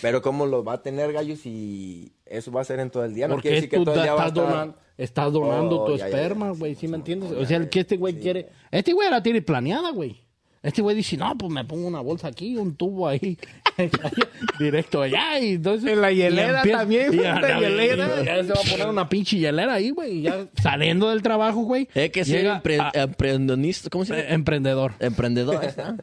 Pero cómo los va a tener gallo si eso va a ser en todo el día. No Porque quiere decir tú que todo el día va a estás, estar... donan- estás donando Oh, tu ya, ya, esperma, ya. güey. ¿Sí me entiendes? ya, o sea, ya, el que este güey sí. quiere. Este güey la tiene planeada, güey. Este güey dice, no, pues me pongo una bolsa aquí, un tubo ahí, directo allá. Y entonces, En la hielera y también, y en a la la- hielera. y Ya se va a poner una pinche hielera ahí, güey. y Ya saliendo del trabajo, güey. Es Eh, que ser llega empre- a- emprendonista, ¿cómo se eh, llama? emprendedor. Emprendedor, ¿eh? Ah, ahí está.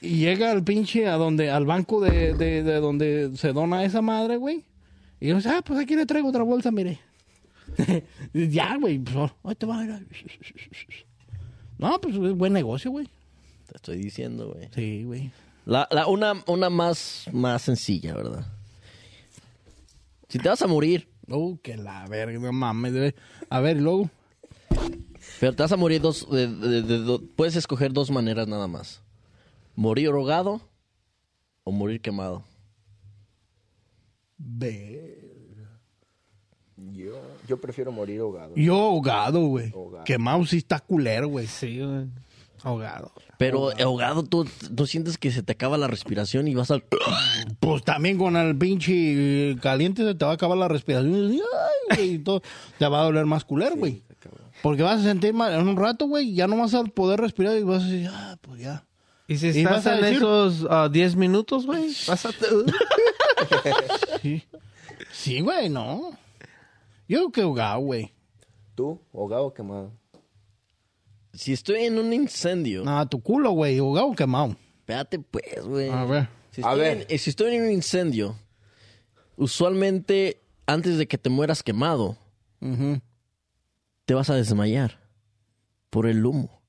Y llega al pinche a donde, al banco de, de, de donde se dona esa madre, güey. Y yo dice, ah, pues aquí le traigo otra bolsa, mire. Y ya, güey, pues, ahora, ahí te va a ir. No, pues es buen negocio, güey. Te estoy diciendo, güey. Sí, güey. La, la- una, una más, más sencilla, ¿verdad? Si te vas a morir, Uh, que la verga, no mames. güey. A ver, y luego. pero te vas a morir dos, de- de- de- de- puedes escoger dos maneras nada más. Morir ahogado o morir quemado. Ve. Yo, yo prefiero morir ahogado. Yo ahogado, güey. Ahogado. Quemado sí está culero, güey. Sí, güey. Ahogado. Pero ahogado, tú, tú sientes que se te acaba la respiración y vas a... Pues también con el pinche caliente se te va a acabar la respiración. Y, Ay, güey, y todo. Te va a doler más culero, güey. Porque vas a sentir mal en un rato, güey, ya no vas a poder respirar y vas a decir, ah, pues ya. Y si ¿Y estás vas a en decir? esos ah, 10 minutos, güey, vas a... Sí. Sí, güey, no. Yo creo que ahogado, güey. ¿Tú, ahogado o quemado? Si estoy en un incendio, Nada, tu culo, güey, ahogado o quemado. espérate pues, güey. A ver. Si A estoy, ver. en- eh, si estoy en un incendio, usualmente antes de que te mueras quemado, Ujú. te vas a desmayar por el humo.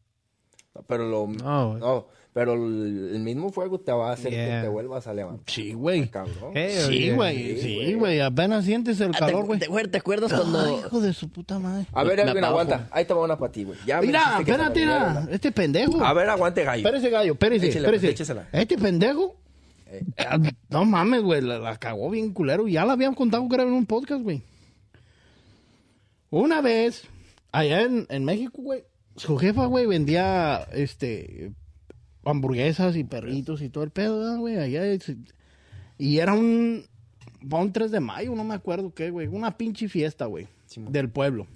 No, Pero lo... No, güey. no, pero el el mismo fuego te va a hacer Yeah. que te vuelvas a levantar, Sí, güey. cabrón. Eh, Sí, oye. güey, sí, güey. Apenas sientes el Ah, calor, güey. te, te- ¿te acuerdas Ay, cuando... hijo de su puta madre. A ver, Me Edwin, abajo. aguanta. Ahí te va una para ti, güey. Ya Ah, me Mira, dijiste que se me Ah, espérate, olvidaron mira, las- este pendejo. A ver, aguante, gallo. Espérese, gallo, espérese, Échela, pues, espérese. échesela. Este pendejo. eh, No mames, güey, la, la cagó bien culero. Ya la habían contado, creo, en un podcast, güey. Una vez, allá en, en México, güey, su jefa, güey, vendía, este, hamburguesas y perritos y todo el pedo, ¿verdad, güey, allá. es- Y era un, para un 3 de mayo, no me acuerdo qué, güey. Una pinche fiesta, güey. del pueblo.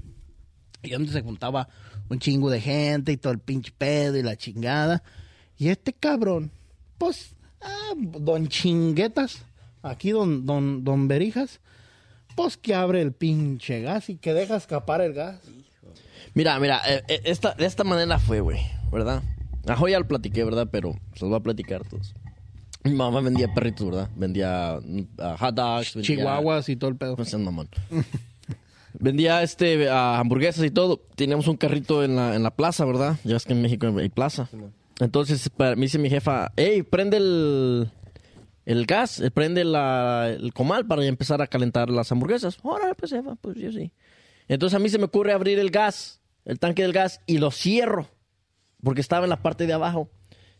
Y donde se juntaba un chingo de gente y todo el pinche pedo y la chingada. Y este cabrón, pues, ah, don chinguetas, aquí don, don, don Berijas, pues que abre el pinche gas y que deja escapar el gas. Mira, mira, eh, eh, esta, de esta manera fue, güey, ¿verdad? Ajo ya lo platiqué, ¿verdad? Pero se los voy a platicar todos. Mi mamá vendía perritos, ¿verdad? Vendía mm, ah, hot dogs. vendía- Chihuahuas y todo el pedo. No seas mamón. Vendía este, ah, hamburguesas y todo. Teníamos un carrito en la, en la plaza, ¿verdad? Ya ves que en México hay plaza. Entonces para- me dice mi jefa, hey, prende el, el gas, eh, prende la- el comal para empezar a calentar las hamburguesas. Ahora, pues jefa, pues yo sí. Entonces a mí se me ocurre abrir el gas, el tanque del gas, y lo cierro, porque estaba en la parte de abajo.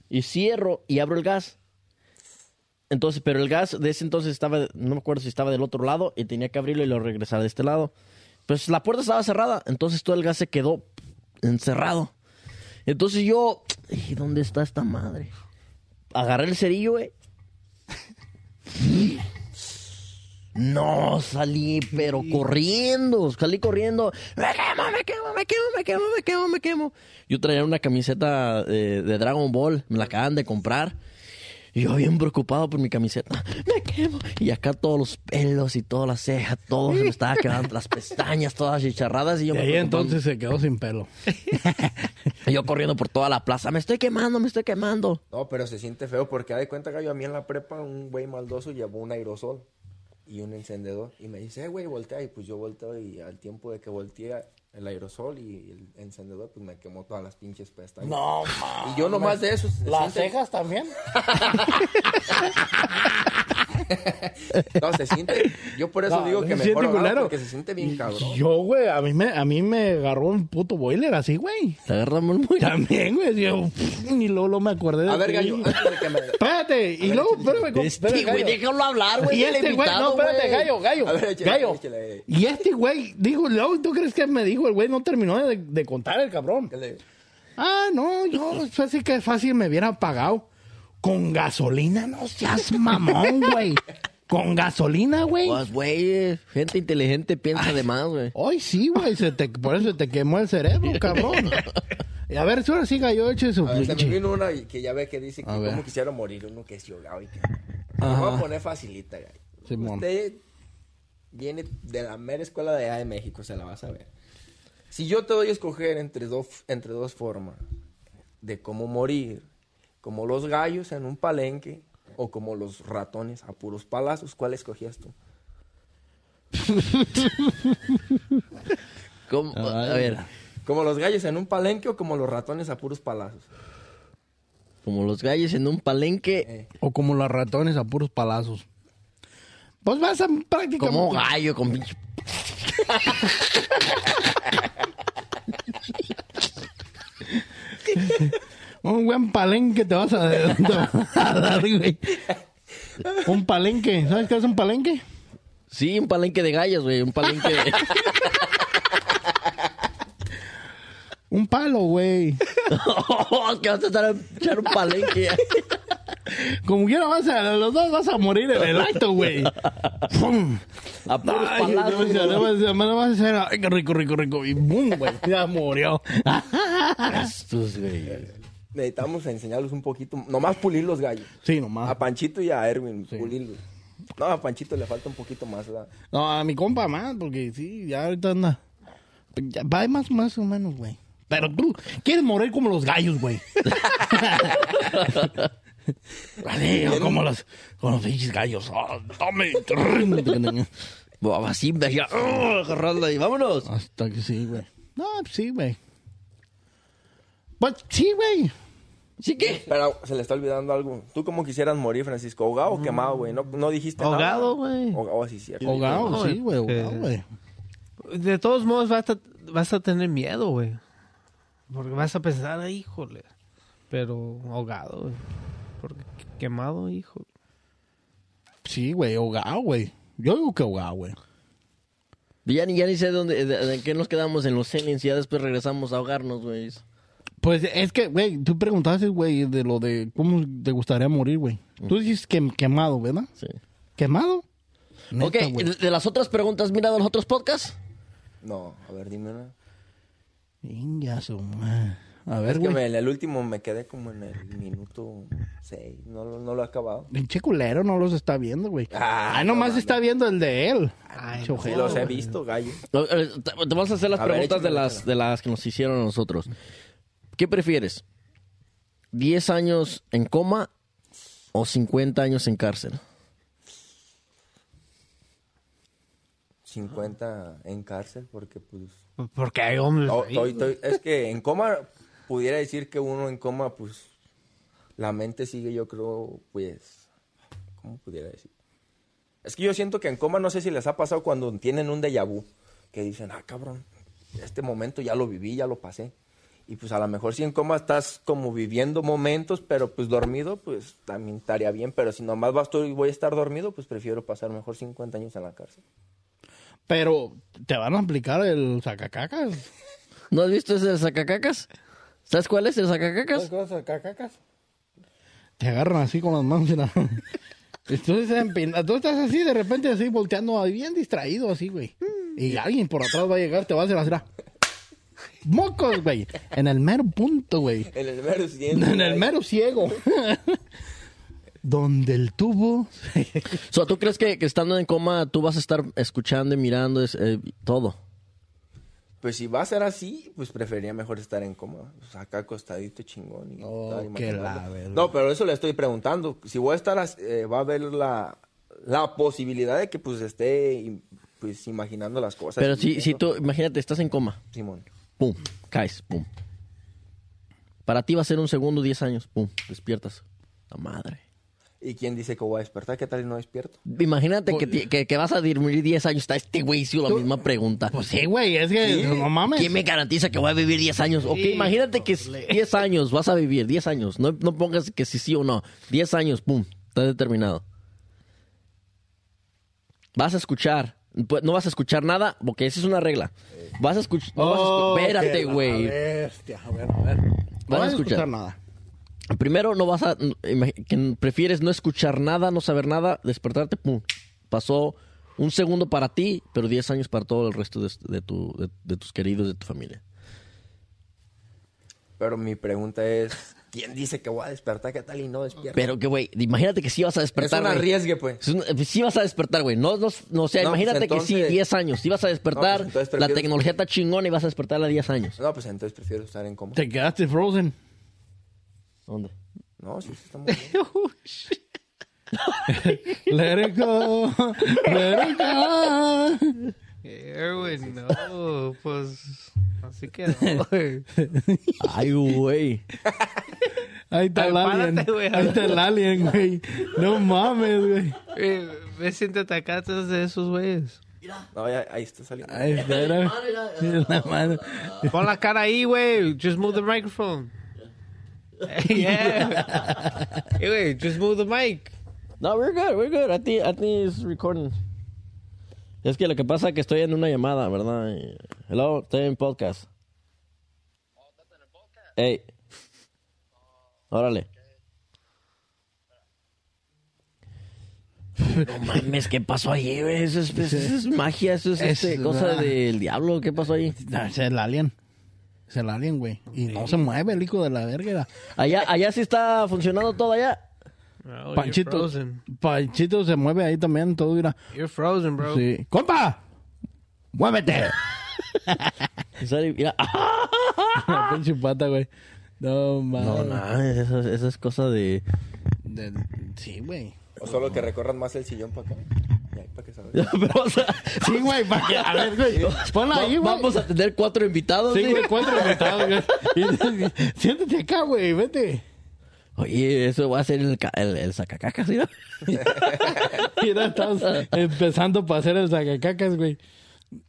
Y cierro y abro el gas. Entonces, pero el gas de ese entonces estaba, no me acuerdo si estaba del otro lado y tenía que abrirlo y lo regresar de este lado. Pues la puerta estaba cerrada, entonces todo el gas se quedó encerrado. Entonces yo, dije, ¿dónde está esta madre? Agarré el cerillo, güey. No, salí, pero corriendo, salí corriendo. Me quemo, me quemo, me quemo, me quemo, me quemo, me quemo. Yo traía una camiseta eh, de Dragon Ball, me la acaban de comprar. Y yo bien preocupado por mi camiseta. Me quemo. Y acá todos los pelos y todas las cejas, todo se me estaba quedando, las pestañas todas chicharradas. Y yo Y me ahí preocupando. entonces se quedó sin pelo. Y Yo corriendo por toda la plaza, me estoy quemando, me estoy quemando. No, pero se siente feo porque haz de cuenta que yo a mí en la prepa un güey maldoso llevó un aerosol y un encendedor y me dice, eh, güey, voltea. Y pues yo volteo y al tiempo de que volteé el aerosol y el encendedor, pues me quemó todas las pinches pestañas. No, Y yo nomás de eso. se siente- también. No, se siente. Yo por eso No, digo que se mejor siente ahogado culero. porque se siente bien cabrón. Yo, güey, a mí me, a mí me agarró un puto boiler así, güey. Te agarramos muy También, güey. Yo, y luego, luego me acordé de A ver, ti. gallo, antes de que me. Espérate, y luego, espérame, co- espérame, Este, güey, gallo. déjalo hablar, güey. Y este güey, no, espérate, gallo, gallo, A ver, échale, gallo. échale. Y este güey, dijo, luego, ¿tú crees que me dijo? El güey no terminó de, de contar el cabrón. ¿Qué le- Ah, no, yo pensé que fácil me hubiera pagado. Con gasolina, no seas mamón, güey. Con gasolina, güey. Pues, güey, gente inteligente piensa de más, güey. Hoy sí, güey, se te, por eso se te quemó el cerebro, cabrón. Y a ver, si ahora sí, gallo, eche su A ver, se me pinche. vino una y que ya ve que dice que ver. cómo quisiera morir uno que es yogao y que. Lo voy a poner facilita, gallo. Simón. Usted viene de la mera escuela de allá de México, se la vas a ver. Si yo te doy a escoger entre dos, entre dos formas de cómo morir, como los gallos en un palenque o como los ratones a puros palazos, ¿cuál escogías tú? ¿Cómo? A ver, ¿Como los gallos en un palenque o como los ratones a puros palazos? como los gallos en un palenque, O como los ratones a puros palazos. Pues vas a prácticamente. como gallo con pinche. Un buen palenque te vas a, te vas a dar, güey. Un palenque. ¿Sabes qué es un palenque? Sí, un palenque de gallos, güey, un palenque de. Un palo, güey. Oh, que vas a estar a echar un palenque. Como quiera vas a, los dos vas a morir en el acto, güey. ¡Fum! A puros Ay, no palazos. vas a- no vas a- no vas a hacer, ay, qué rico, rico, rico. Y boom, güey. Ya murió. Estos, güey. Necesitamos enseñarles un poquito, nomás pulir los gallos. Sí, nomás. A Panchito y a Erwin, pulirlos. No, a Panchito le falta un poquito más. ¿verdad? No, a mi compa más, porque sí, ya ahorita anda. Ya Va más, más o menos, güey. Pero tú quieres morir como los gallos, güey. Vale, o como los, como los pinches gallos. Oh, tome. Boba, así, me decía, oh, agarrarla y vámonos. Hasta que sí, güey. No, pues sí, güey. Pues sí, güey. ¿Sí Eh. qué? Pero se le está olvidando algo. ¿Tú cómo quisieras morir, Francisco? ¿Ahogado o quemado, güey? No, no dijiste Ahogado, nada. güey. Ahogado, oh, sí, cierto. Ahogado, no, sí, güey. eh, ahogado, güey. De todos modos, vas a, vas a tener miedo, güey. Porque vas a pensar, "Ay, híjole. Pero ahogado, güey. Porque quemado, hijo. Sí, güey, ahogado, güey. Yo digo que ahogado, güey. Ya ni, ya ni sé dónde, de, de qué nos quedamos en los aliens y ya después regresamos a ahogarnos, güey. Pues es que, güey, tú preguntaste, güey, de lo de cómo te gustaría morir, güey. Tú dices que quemado, ¿verdad? Sí. ¿Quemado? ok, de las otras preguntas, ¿has mirado los otros podcasts? No, a ver, dime una. Inga, su madre. A ver, es que güey. me- el último me quedé como en el minuto 6. No, lo- no lo he acabado. Pinche culero no los está viendo, güey. Ah, Ah, nomás no, está viendo el de él. Ay, Pinche no, ojete, los he güey. visto, gallo. No, eh, Te te vamos a hacer las A ver, preguntas de, échamela, las, de las que nos hicieron a nosotros. ¿Qué prefieres? ¿10 años en coma o 50 años en cárcel? 50 en cárcel porque pues... Porque hay hombres O- Pues ahí, estoy- güey. estoy- es que en coma, pudiera decir que uno en coma, pues, la mente sigue, yo creo, pues, ¿cómo pudiera decir? Es que yo siento que en coma, no sé si les ha pasado cuando tienen un déjà vu, que dicen, ah, cabrón, este momento ya lo viví, ya lo pasé. Y pues a lo mejor si en coma estás como viviendo momentos, pero pues dormido, pues también estaría bien. Pero si nomás vas tú y voy a estar dormido, pues prefiero pasar mejor 50 años en la cárcel. Pero te van a aplicar el sacacacas. ¿No has visto ese de sacacacas? ¿Sabes cuál es el sacacacas? Te agarran así con las manos. mira. Entonces, empina- tú estás así, de repente así volteando, ahí, bien distraído así, güey. Y alguien por atrás va a llegar, te va a hacer así. mira. Mocos, güey. En el mero punto, güey. En el mero siguiente. En el güey. mero ciego. Donde el tubo. So, ¿Tú crees que, que estando en coma tú vas a estar escuchando y mirando es- eh, todo? Pues si va a ser así, pues preferiría mejor estar en coma. Pues acá acostadito chingón. Y estar Oh, qué imaginando. la verga. no, pero eso le estoy preguntando. Si voy a estar, as- eh, va a haber la, la posibilidad de que pues esté im- pues imaginando las cosas. Pero y si, si viendo. tú, imagínate, estás en coma. Simón. Pum, caes, pum. Para ti va a ser un segundo, 10 años. Pum, despiertas. La madre. ¿Y quién dice que voy a despertar? ¿Qué tal y no despierto? Imagínate que, Pues, ti- que, que vas a dormir 10 años. Está este güey hizo la misma pregunta. Pues sí, güey, es que no mames. ¿Quién me garantiza que voy a vivir 10 años? Ok, Sí, imagínate que 10 años vas a vivir, 10 años. No, no pongas que sí, sí o no. 10 años, pum, está determinado. Vas a escuchar. Pues, No vas a escuchar nada, porque esa es una regla. Vas a escuchar. Oh, espérate, qué la güey. bestia. A ver, a ver. Vas a escuchar. nada. Primero, no vas a. imag- que prefieres no escuchar nada, no saber nada, despertarte, pum. Pasó un segundo para ti, pero 10 años para todo el resto de, de tu- de- de tus queridos, de tu familia. Pero mi pregunta es, ¿quién dice que voy a despertar? ¿Qué tal y no despierto? Pero que, güey, imagínate que sí vas a es despertar. un güey. arriesgue, pues. Es un- eh, Sí vas a despertar, güey. No, no, no, o sea, No, pues, imagínate que entonces- sí, 10 años. Sí vas a despertar. No, pues, entonces la prefiero- tecnología está chingona y vas a despertar a 10 años. No, pues entonces prefiero estar en coma. Te quedaste frozen. ¿Dónde? No, sí, sí, está muy bien. Let it go. Let it go. Eh, güey, no, pues así que no, güey. Ay, güey. Ahí está el Ay, alien. párate, güey. Ahí está el alien, güey. No mames, güey. Eh, Me siento atacado de esos güeyes. No, ya, ahí está saliendo. Ahí está, era- era la madre. Pon la cara ahí, güey. Just move the microphone. yeah. Hey, güey, just move the mic. No, we're good, we're good. I think, I think it's recording. Es que lo que pasa es que estoy en una llamada, ¿verdad? Y- Hello, estoy en podcast. Ey. Órale. No mames, ¿qué pasó ahí, güey? Eso es, pues, eso es magia, eso es, Es este, cosa verdad. del diablo. ¿Qué pasó ahí? No, Es el alien. Es el alien, güey. Y no se mueve el hijo de la verga. Allá, allá sí está funcionando todo allá. No, Panchito. Oh, You're frozen. Panchito se mueve ahí también, todo irá. You're frozen, bro. Sí. ¡Compa! ¡Muévete! En serio, mira. La pinche pata, güey. No No, mames. no, eso, eso es cosa de... Del- Sí, güey. O solo que recorran más el sillón para acá. Y ahí para que salga. Pero, o sea, Sí, güey, para que. A ver, güey. Ponla Va- ahí, güey. Vamos a tener cuatro invitados. Sí, güey. güey, cuatro invitados, güey. Y- Siéntate acá, güey, vete. Oye, eso va a ser el, ca- el, el sacacacas, ¿sí? no? Mira, estamos empezando para hacer el sacacacas, güey.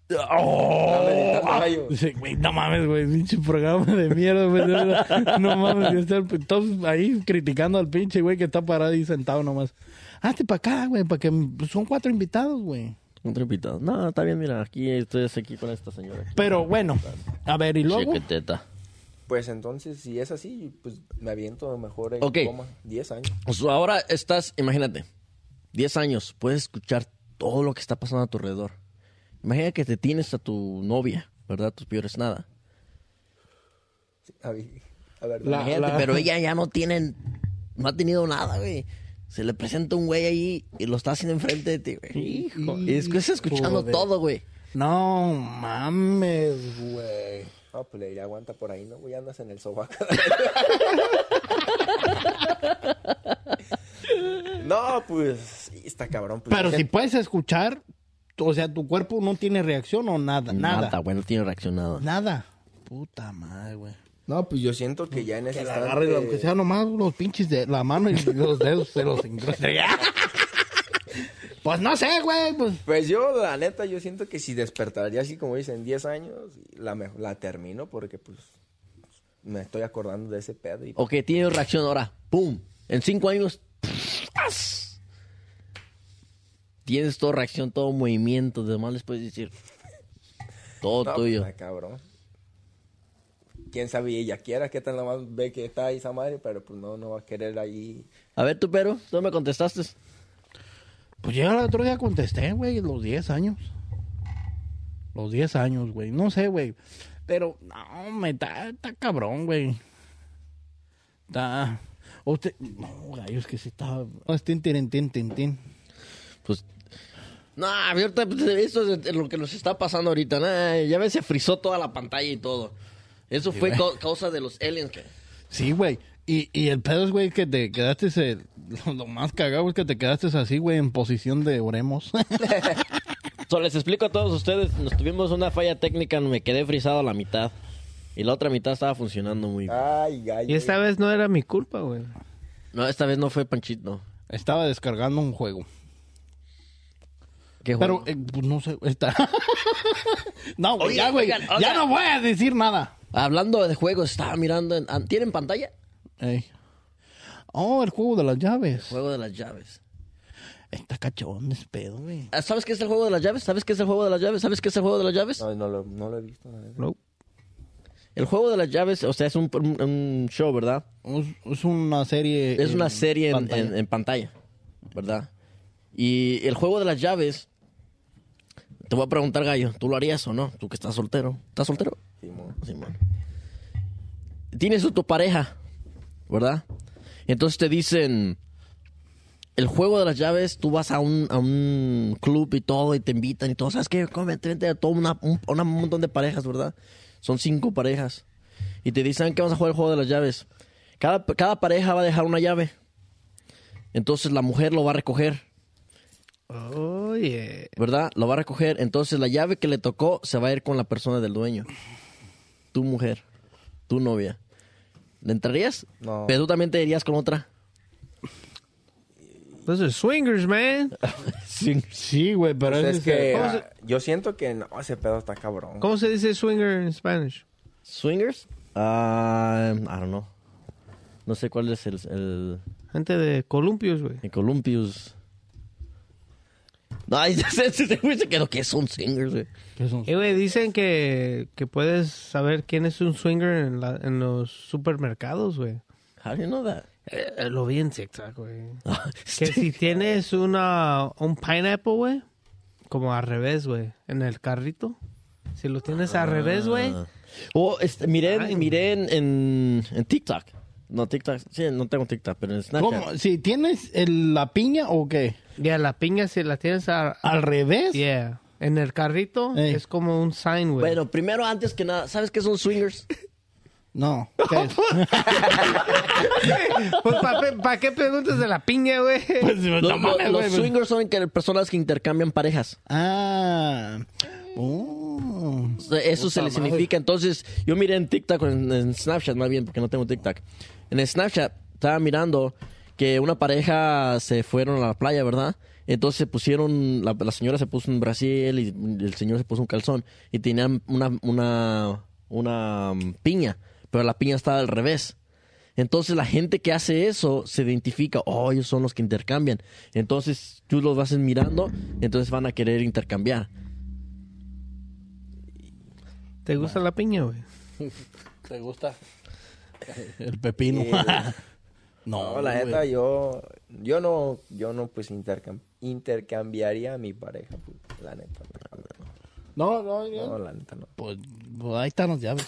Estaba meditando, gallo. Dice, güey, no mames, güey, pinche programa de mierda, güey. No, no mames, ya está el- todos ahí criticando al pinche güey que está parado ahí sentado nomás. Hazte para acá, güey, para que son cuatro invitados, güey. Cuatro invitados. No, está bien, mira, aquí estoy aquí con esta señora. aquí. Pero bueno, a ver, y luego. Chiquitita. Pues entonces, si es así, pues me aviento mejor en Ok. coma. 10 años. O sea, ahora estás, imagínate, 10 años, puedes escuchar todo lo que está pasando a tu alrededor. Imagina que te tienes a tu novia, ¿verdad? Tus peores nada. A ver, a ver, La gente, pero ella ya no tiene, no ha tenido nada, güey. Se le presenta un güey ahí y lo está haciendo enfrente de ti, güey. Hijo. Y es que está escuchando Hijo de- todo, güey. No mames, güey. No, pues le diré, aguanta por ahí, ¿no? Güey, andas en el sobaco. no, pues, sí, está cabrón. Pues, Pero hay si gente- puedes escuchar, o sea, tu cuerpo no tiene reacción o nada, nada, güey, no tiene reaccionado. nada. Puta madre, güey. No, pues yo siento que ya en ese Que la instante- agarre, aunque sea nomás los pinches de la mano y los dedos se los incruste. ¡Ya! Pues no sé, güey, pues. Pues yo, la neta, yo siento que si despertaría así como dicen 10 años, la, me- la termino porque, pues, me estoy acordando de ese pedo. Y... Ok, tiene reacción ahora. ¡Pum! En cinco años. ¡tas! Tienes toda reacción, todo movimiento. Demás les puedes decir. Todo No, tuyo. pues, está cabrón. Quién sabe, y ella quiera que tal nomás ve que está ahí esa madre, pero pues no, no va a querer ahí. A ver, tú, pero, tú no me contestaste. Pues yo el otro día contesté, güey, los 10 años. Los 10 años, güey. No sé, güey. Pero, no, me está, está cabrón, güey. Está. Usted. No, gallos, que sí está. Ah, tin, tin, tin, tin, tin. Pues. No, ahorita, pues, eso es de- lo que nos está pasando ahorita. Nah, ya ves, se frizó toda la pantalla y todo. Eso fue güey. cau- causa de los aliens. que- Sí, güey. Y, y el pedo es, güey, que te quedaste. eh, lo, lo más cagado es que te quedaste así, güey, en posición de oremos. So, les explico a todos ustedes, nos tuvimos una falla técnica, me quedé frizado a la mitad. Y la otra mitad estaba funcionando muy bien. Ay, gallo. Y esta vez no era mi culpa, güey. No, esta vez no fue Panchito. Estaba descargando un juego. ¿Qué Pero, juego? eh, pues, no sé, está. no, güey, Oigan, ya, güey. oigan, Ya oigan. no voy a decir nada. Hablando de juegos, estaba mirando. en- ah, ¿Tienen pantalla? Ey. Oh, el juego de las llaves. Juego de las llaves. Está cachón, es pedo, güey. Ah, ¿Sabes qué es el juego de las llaves? ¿Sabes qué es el juego de las llaves? ¿Sabes qué es el juego de las llaves? No, no lo, no lo he visto. la neta. El juego de las llaves, o sea, es un, un- un show, ¿verdad? Es, es una serie. Es una Eh, en serie en en- pantalla. en pantalla. ¿verdad? Y el juego de las llaves. Te voy a preguntar, Gallo, ¿tú lo harías o no? Tú que estás soltero. ¿Estás soltero? Simón. Simón. Tienes a tu pareja, ¿verdad? Entonces te dicen, el juego de las llaves, tú vas a un, a un club y todo, y te invitan y todo. ¿Sabes qué? Come, Vente, vente a todo una, un, una- un montón de parejas, ¿verdad? Son cinco parejas. Y te dicen, ¿saben qué? Vamos a jugar el juego de las llaves. Cada, cada pareja va a dejar una llave. Entonces la mujer lo va a recoger. Oh, yeah. ¿verdad? Lo va a recoger. Entonces la llave que le tocó se va a ir con la persona del dueño. Tu mujer, tu novia. ¿Le entrarías? No. Pero tú también te irías con otra. Those are swingers, man. Sí, güey, pero Pues ese es que ¿Cómo se- ah, yo siento que no, ese pedo está cabrón. ¿Cómo se dice swinger en Spanish? ¿Swingers? Ah, I don't know. No sé cuál es el, el, Gente de columpios, güey. el Columpius. No, ahí se, se, se- güey, se quedó que son swingers, güey. ¿Qué son? Eh, güey, dicen que, que puedes saber quién es un swinger en, la- en los supermercados, güey. How do you know that? Eh, eh, lo vi en TikTok, güey. que si tienes una, un pineapple, güey, como al revés, güey, en el carrito. Si lo tienes al revés, güey. Oh, este, miré, en- Ay, miré en, en, en TikTok. No, TikTok. Sí, no tengo TikTok, pero en Snapchat. ¿Cómo? ¿Si tienes el- la piña o qué? Ya, la piña si la tienes al... ¿Al revés? Yeah. En el carrito Ey. es como un sign, güey. Bueno, primero, antes que nada, ¿sabes qué son swingers? No. ¿qué es? Pues, ¿Para qué preguntas de la piña, güey? Los, No mames, los- los güey, pues. swingers son que- personas que intercambian parejas. Ah. Oh. O sea, Eso se le madre. significa. Entonces, yo miré en TikTok, en, en Snapchat más bien, porque no tengo TikTok. En Snapchat estaba mirando que una pareja se fueron a la playa, ¿verdad? Entonces se pusieron, la, la señora se puso un brasil y el señor se puso un calzón y tenían una, una, una um, piña, pero la piña estaba al revés. Entonces la gente que hace eso se identifica, oh, ellos son los que intercambian. Entonces tú los vas mirando, entonces van a querer intercambiar. ¿Te gusta la piña, güey? ¿Te gusta? El pepino. Eh, no, No, la güey. neta, yo, yo no, yo no pues intercam- intercambiaría a mi pareja, pues, la neta. No, no, no. No, la neta no. Pues, pues ahí están las llaves.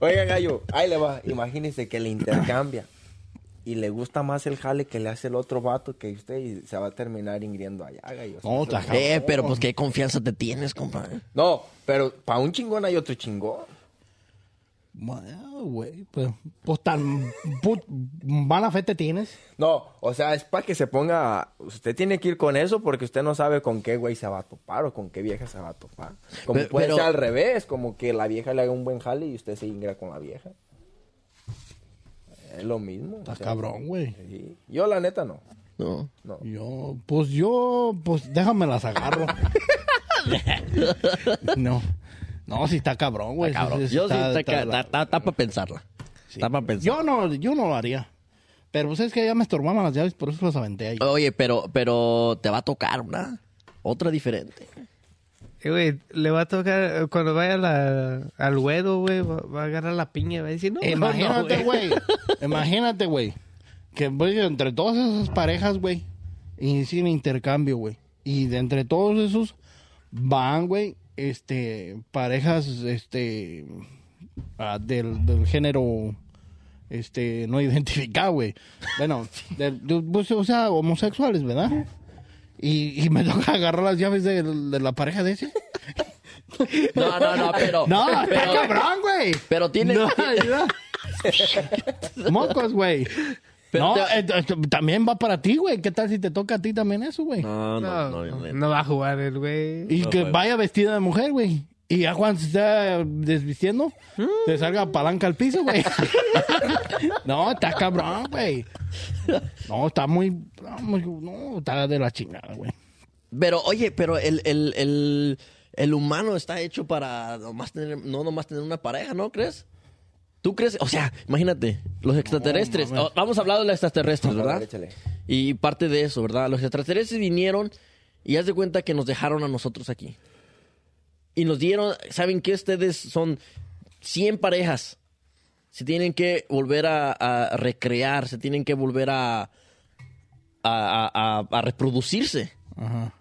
Oiga, gallo, ahí le va. Imagínese que le intercambia y le gusta más el jale que le hace el otro vato que usted y se va a terminar ingriendo allá, gallo. No, Eso- eh, pero pues qué confianza te tienes, ¿eh? compadre. No, pero para un chingón hay otro chingón. Bueno, güey, pues, pues tan put- mala fe te tienes. No, o sea, es para que se ponga. Usted tiene que ir con eso porque usted no sabe con qué güey se va a topar o con qué vieja se va a topar. Como Pe- puede pero- ser al revés, como que la vieja le haga un buen jale y usted se ingra con la vieja. Es lo mismo. Está cabrón, güey. Yo, la neta, no. No. No. Yo, pues yo, pues déjame las agarro. no. No, si está cabrón, güey. Está cabrón. Pues, Sí, sí, Yo sí, está- está, está- para pensarla. Está para Yo pensarla. no, yo no lo haría. Pero pues es que ya me estorbaban las llaves, por eso las aventé ahí. Oye, pero, pero te va a tocar una. Otra diferente. Eh, güey, le va a tocar, eh, cuando vaya la- al huedo, güey, va, va a agarrar la piña y va a decir, no, no, no, Eh, Imagínate, güey. Imagínate, güey. Que güey, entre todas esas parejas, güey, hicieron intercambio, güey. Y de entre todos esos van, güey, este, parejas, este, ah, del, del género, este, no identificado, güey. Bueno, del- de- pues, o sea, homosexuales, ¿verdad? Y, y me toca agarrar las llaves del- de, la pareja de ese. No, no, no, pero. No, está pero, cabrón, güey. pero tiene. No, ayuda. Mocos, güey. Pero no, te- eh, eh, también va para ti, güey. ¿Qué tal si te toca a ti también eso, güey? No, no, no, no, no. no va a jugar el güey. y no, que güey. vaya vestida de mujer, güey. Y ya Juan se está desvistiendo, te salga palanca al piso, güey. no, está cabrón, güey. No, está muy, muy- No, está de la chingada, güey. Pero, oye, pero el, el, el, el humano está hecho para nomás tener, no nomás tener una pareja, ¿no crees? ¿Tú crees? O sea, imagínate, los extraterrestres. mames. oh, vamos a hablar de los extraterrestres, ¿verdad? Échale. Y parte de eso, ¿verdad? Los extraterrestres vinieron y haz de cuenta que nos dejaron a nosotros aquí. Y nos dieron, ¿saben qué? Ustedes son 100 parejas. Se tienen que volver a, a recrear, se tienen que volver a, a- a- a- a reproducirse. Ajá.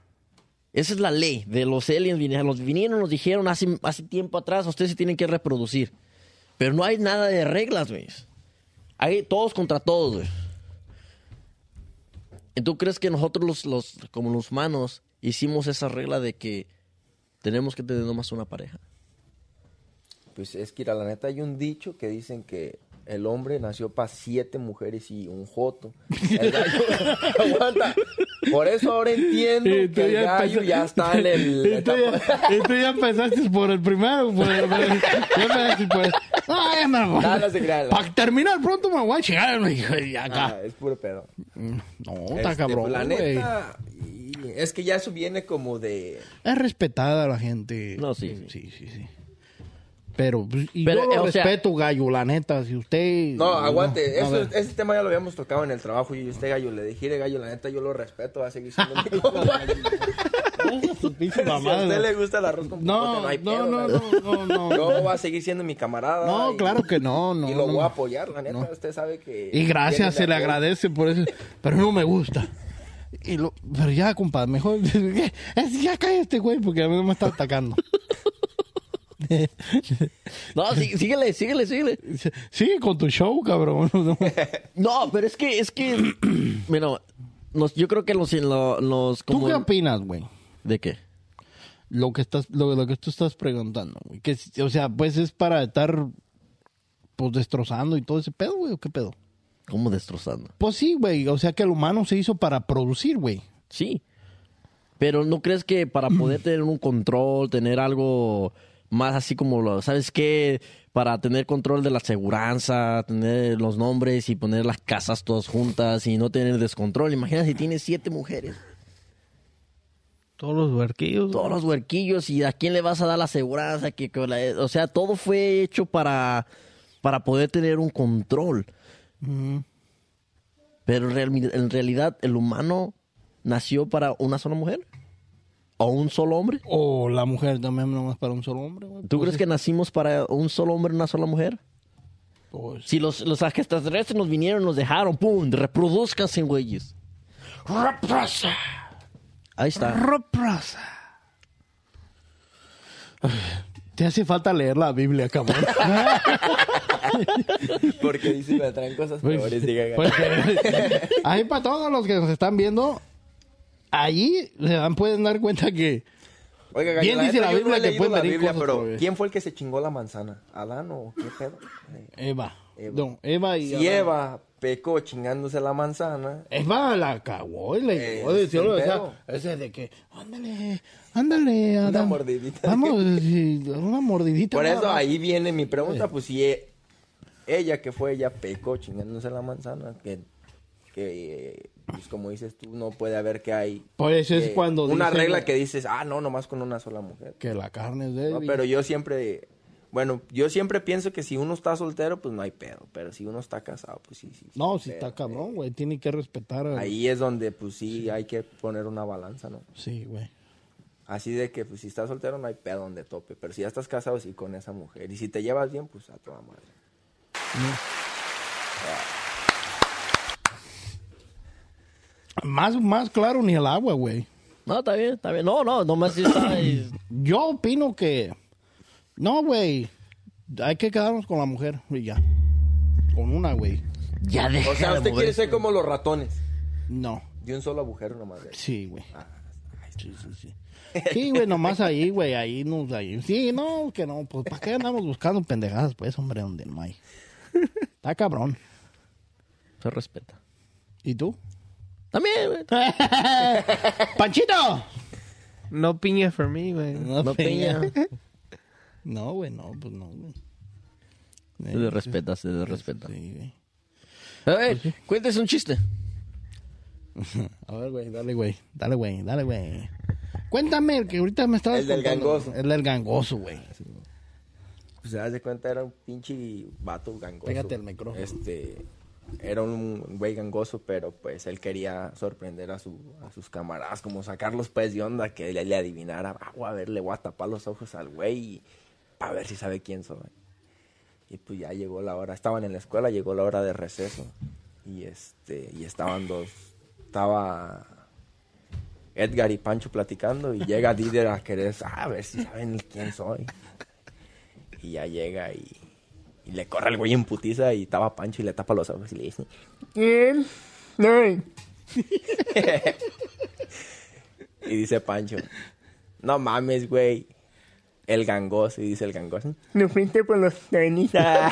Esa es la ley de los aliens. Vinieron, los vinieron, nos dijeron hace, hace tiempo atrás, ustedes se tienen que reproducir. Pero no hay nada de reglas, güey. Hay todos contra todos, güey. ¿Y ¿Tú crees que nosotros, los, los- como los humanos, hicimos esa regla de que tenemos que tener nomás una pareja? Pues es que, mira, la neta, hay un dicho que dicen que el hombre nació para siete mujeres y un joto. El gallo, aguanta. Por eso ahora entiendo Y tú que el ya gallo empezaste- ya está en el. Y tú, ya, y tú ya empezaste por el primero. Por el, por el- ya empezaste por el- No, pues, ya me voy. No, no se crean, no. Para terminar pronto me voy a chingar. güey, y Ah, acá. es puro pedo. No, está Este, cabrón, La güey. neta, y- es que ya eso viene como de. Es respetada la gente. No, sí, Sí, sí, sí. Pero, pues, y Pero, yo lo eh, o sea- respeto, gallo, la neta. Si usted. No, aguante. no, a ver. eso, ese tema ya lo habíamos tocado en el trabajo. Yo y usted, gallo, le dije, "Mire, gallo, la neta, yo lo respeto. Va a seguir siendo mi compa. si a mamada. usted le gusta el arroz con No, popote, no hay no, pedo, no, gallo. no, no, no. Yo voy a seguir siendo mi camarada. No, y- claro que no, no. Y lo no. voy a apoyar, la neta. No. Usted sabe que. Y tiene gracias, se le apoyo. agradece por eso. Pero no me gusta. Y lo, pero ya, compadre, mejor. Es, ya cállate, güey, porque a mí me está atacando. No, sí- síguele, síguele, síguele. Sigue con tu show, cabrón. No, pero es que, es que, mira, nos- yo creo que los, lo- los ¿Tú como- qué opinas, güey? ¿De qué? Lo que estás, lo, lo que tú estás preguntando, güey. Que, si- o sea, pues es para estar pues destrozando y todo ese pedo, güey, o qué pedo. ¿Cómo destrozando? Pues sí, güey. O sea que el humano se hizo para producir, güey. Sí. Pero ¿no crees que para poder tener un control, tener algo más así como lo, ¿sabes qué? Para tener control de la seguranza, tener los nombres y poner las casas todas juntas y no tener descontrol. Imagina si tienes siete mujeres, Todos los huerquillos. todos los huerquillos y a quién le vas a dar la seguranza. Que, que la- o sea, todo fue hecho para, para poder tener un control. Pero en real- en realidad el humano nació para una sola mujer o un solo hombre. O la Pues mujer también nomás para un solo hombre, güey. ¿Tú crees que nacimos para un solo hombre, una sola mujer? Pues, Si los, los extraterrestres nos vinieron, nos dejaron, ¡pum! Reproduzcanse, güeyes. Reprosa. Ahí está. Reprosa. Te hace falta leer la Biblia, cabrón. Porque dice me traen cosas Pues, peores, diga pues, Ahí para todos los que nos están viendo, allí se dan- pueden dar cuenta que Oiga, Gallo, bien dice neta, la yo no Biblia he que leído pueden la venir Biblia, cosas pero todavía. ¿quién fue el que se chingó la manzana? ¿Adán o qué pedo? Eva. Eva. No, Eva y Si Eva pecó chingándose la manzana. Eva la cagó y le llevó Ese del es cielo. el O Eh, pedo. sea, ese de que, ándale, ándale, Adán. mordidita. Vamos, sí, una mordidita. Por nada eso más. ahí viene mi pregunta, pues si e- ella que fue, ella pecó chingándose la manzana, que, que pues como dices tú, no puede haber que hay... Por eso es eh, cuando Una dicen- regla que dices, ah, no, nomás con una sola mujer. Que la carne es No, débil. pero yo siempre, bueno, yo siempre pienso que si uno está soltero, pues no hay pedo, pero si uno está casado, pues sí, sí. No, si está cabrón, güey. Tiene que respetar. a- Ahí es donde, pues sí, hay que poner una balanza, ¿no? Sí, güey. Así de que, pues si estás soltero, no hay pedo donde tope, pero si ya estás casado, sí, con esa mujer. Y si te llevas bien, pues a toda madre. Más, más claro ni el agua, güey. No, está bien, está bien. No, no, nomás si está. y- Yo opino que. No, güey. Hay que quedarnos con la mujer y ya. Con una, güey. Ya deja O sea, usted quiere ser como los ratones. No. De un solo agujero nomás. de- Sí, güey. Sí, sí, sí. Sí, güey, nomás ahí, güey, ahí nos ahí. Sí, no, que no, pues ¿para qué andamos buscando pendejadas, pues, hombre, donde no hay? Está cabrón. Se respeta. ¿Y tú? También, güey. ¡Panchito! No piña for me, güey. No piña. No, güey, no, pues no, güey. Eh, Se le respeta, se le respeta. Sí, güey. A ver, cuéntese un chiste. A ver, güey, dale, güey. Dale, güey, dale, güey. Cuéntame, el que ahorita me estabas El del contando. gangoso. El del gangoso, güey. Pues se das de cuenta, era un pinche vato gangoso. Pégate al micrófono. Este, era un güey gangoso, pero pues él quería sorprender a, su, a sus camaradas, como sacarlos pues de onda, que le, le adivinara. Ah, voy a ver, le voy a tapar los ojos al güey para ver si sabe quién soy. Y pues ya llegó la hora, estaban en la escuela, llegó la hora de receso. Y este, y estaban dos, estaba Edgar y Pancho platicando y llega Dider a querer, "Ah, a ver si saben quién soy. Y ya llega y, y le corre el güey en putiza y estaba Pancho y le tapa los ojos y le dice, ¿Quién? No. y dice Pancho, no mames, güey. El gangoso, y dice el gangoso. No fuiste por los tenis. ah".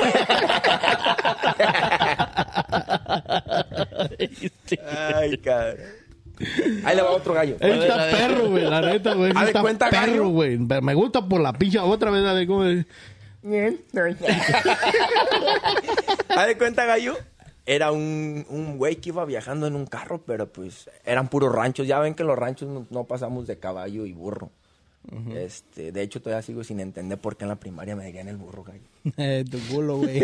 Ay, cabrón. Ahí le va otro gallo. Él está perro, güey, la neta, güey. él Haz de Está cuenta, perro, gallo. güey. Pero Me gusta por la pincha. Otra vez, dale, ¿cómo es? ¿Quién? No. ¿Haz de cuenta, gallo? Era un, un güey que iba viajando en un carro, pero pues eran puros ranchos. Ya ven que en los ranchos no, no pasamos de caballo y burro. este, de hecho, todavía sigo sin entender por qué en la primaria me dirían el burro, gallo. Eh, tu culo, güey.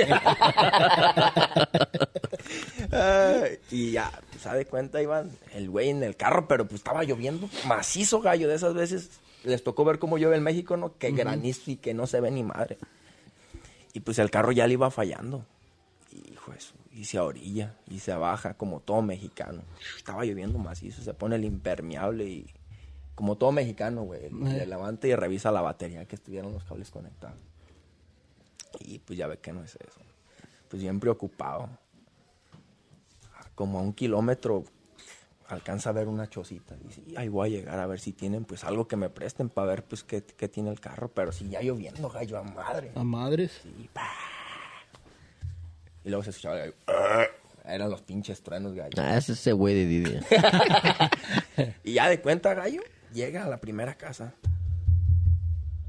Ay, y ya, pues, haz de cuenta, iban el güey en el carro, pero pues estaba lloviendo macizo, gallo. De esas veces les tocó ver cómo llueve en México, ¿no? Que granizo y que no se ve ni madre. Y pues el carro ya le iba fallando. Hijo eso. Y se orilla y se baja como todo mexicano. Estaba lloviendo macizo, se pone el impermeable y como todo mexicano, güey. Le levanta y revisa la batería que estuvieron los cables conectados. Y pues ya ve que no es eso. Pues bien preocupado. Como a un kilómetro alcanza a ver una chocita. Y dice, "Y ahí voy a llegar a ver si tienen pues algo que me presten para ver pues qué, qué tiene el carro. Pero si ya lloviendo, gallo, a madre. A madres. Y luego se escuchaba el gallo. "Ah". Eran los pinches truenos, gallo. Ah, es ese güey de Didi. Y ya de cuenta, gallo, llega a la primera casa.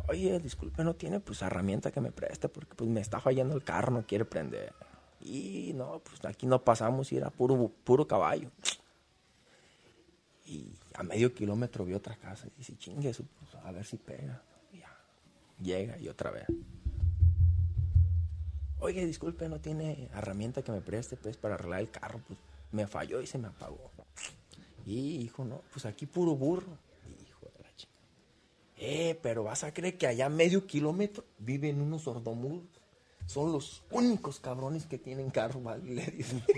Oye, disculpe, no tiene pues herramienta que me preste porque pues me está fallando el carro, no quiere prender. Y no, pues aquí no pasamos, y era puro, bu- puro caballo. Y a medio kilómetro vi otra casa y dice, chingue, su- pues, a ver si pega. Y ya. Llega y otra vez. Oye, disculpe, no tiene herramienta que me preste pues para arreglar el carro, pues me falló y se me apagó. Y hijo, no, pues aquí puro burro. Hijo de la chica. Eh, pero vas a creer que allá a medio kilómetro viven unos sordomudos. son los únicos cabrones que tienen carro, ¿vale? Le dicen.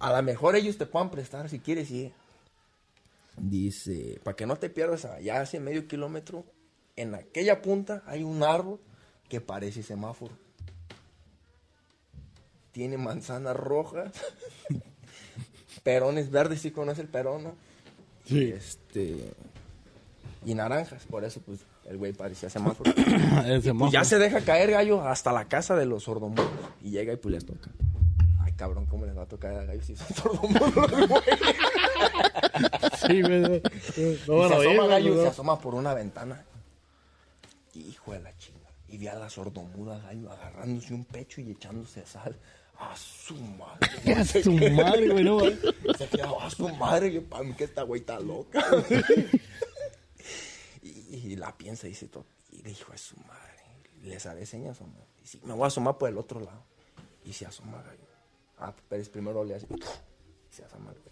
A lo mejor ellos te puedan prestar si quieres ir. Dice, para que no te pierdas allá hace medio kilómetro, en aquella punta hay un árbol que parece semáforo. Tiene manzanas rojas, perones verdes, si conoce el perón, ¿no? Sí. Este, y naranjas, por eso pues el güey parecía semáforo. El Y, pues, semáforo. ya se deja caer gallo hasta la casa de los sordomudos y llega y pues les toca. Ay, cabrón, ¿cómo les va a tocar a gallo si son sordomudos? Sí, güey. No Y van se a oír, asoma güey, gallo, ¿no? se asoma por una ventana. Hijo de la chinga. Y ve a la sordomuda gallo agarrándose un pecho y echándose sal. A su madre. A su madre, güey, no, güey. Se queda, a su madre. Yo, para mí que esta güey está loca. y, y la piensa y dice todo. Y le dijo, a su madre. Les haré señas, hombre. Y sí, me voy a asomar por el otro lado. Y se asoma, gallo. Ah, pero es primero le hace. Se asoma, güey.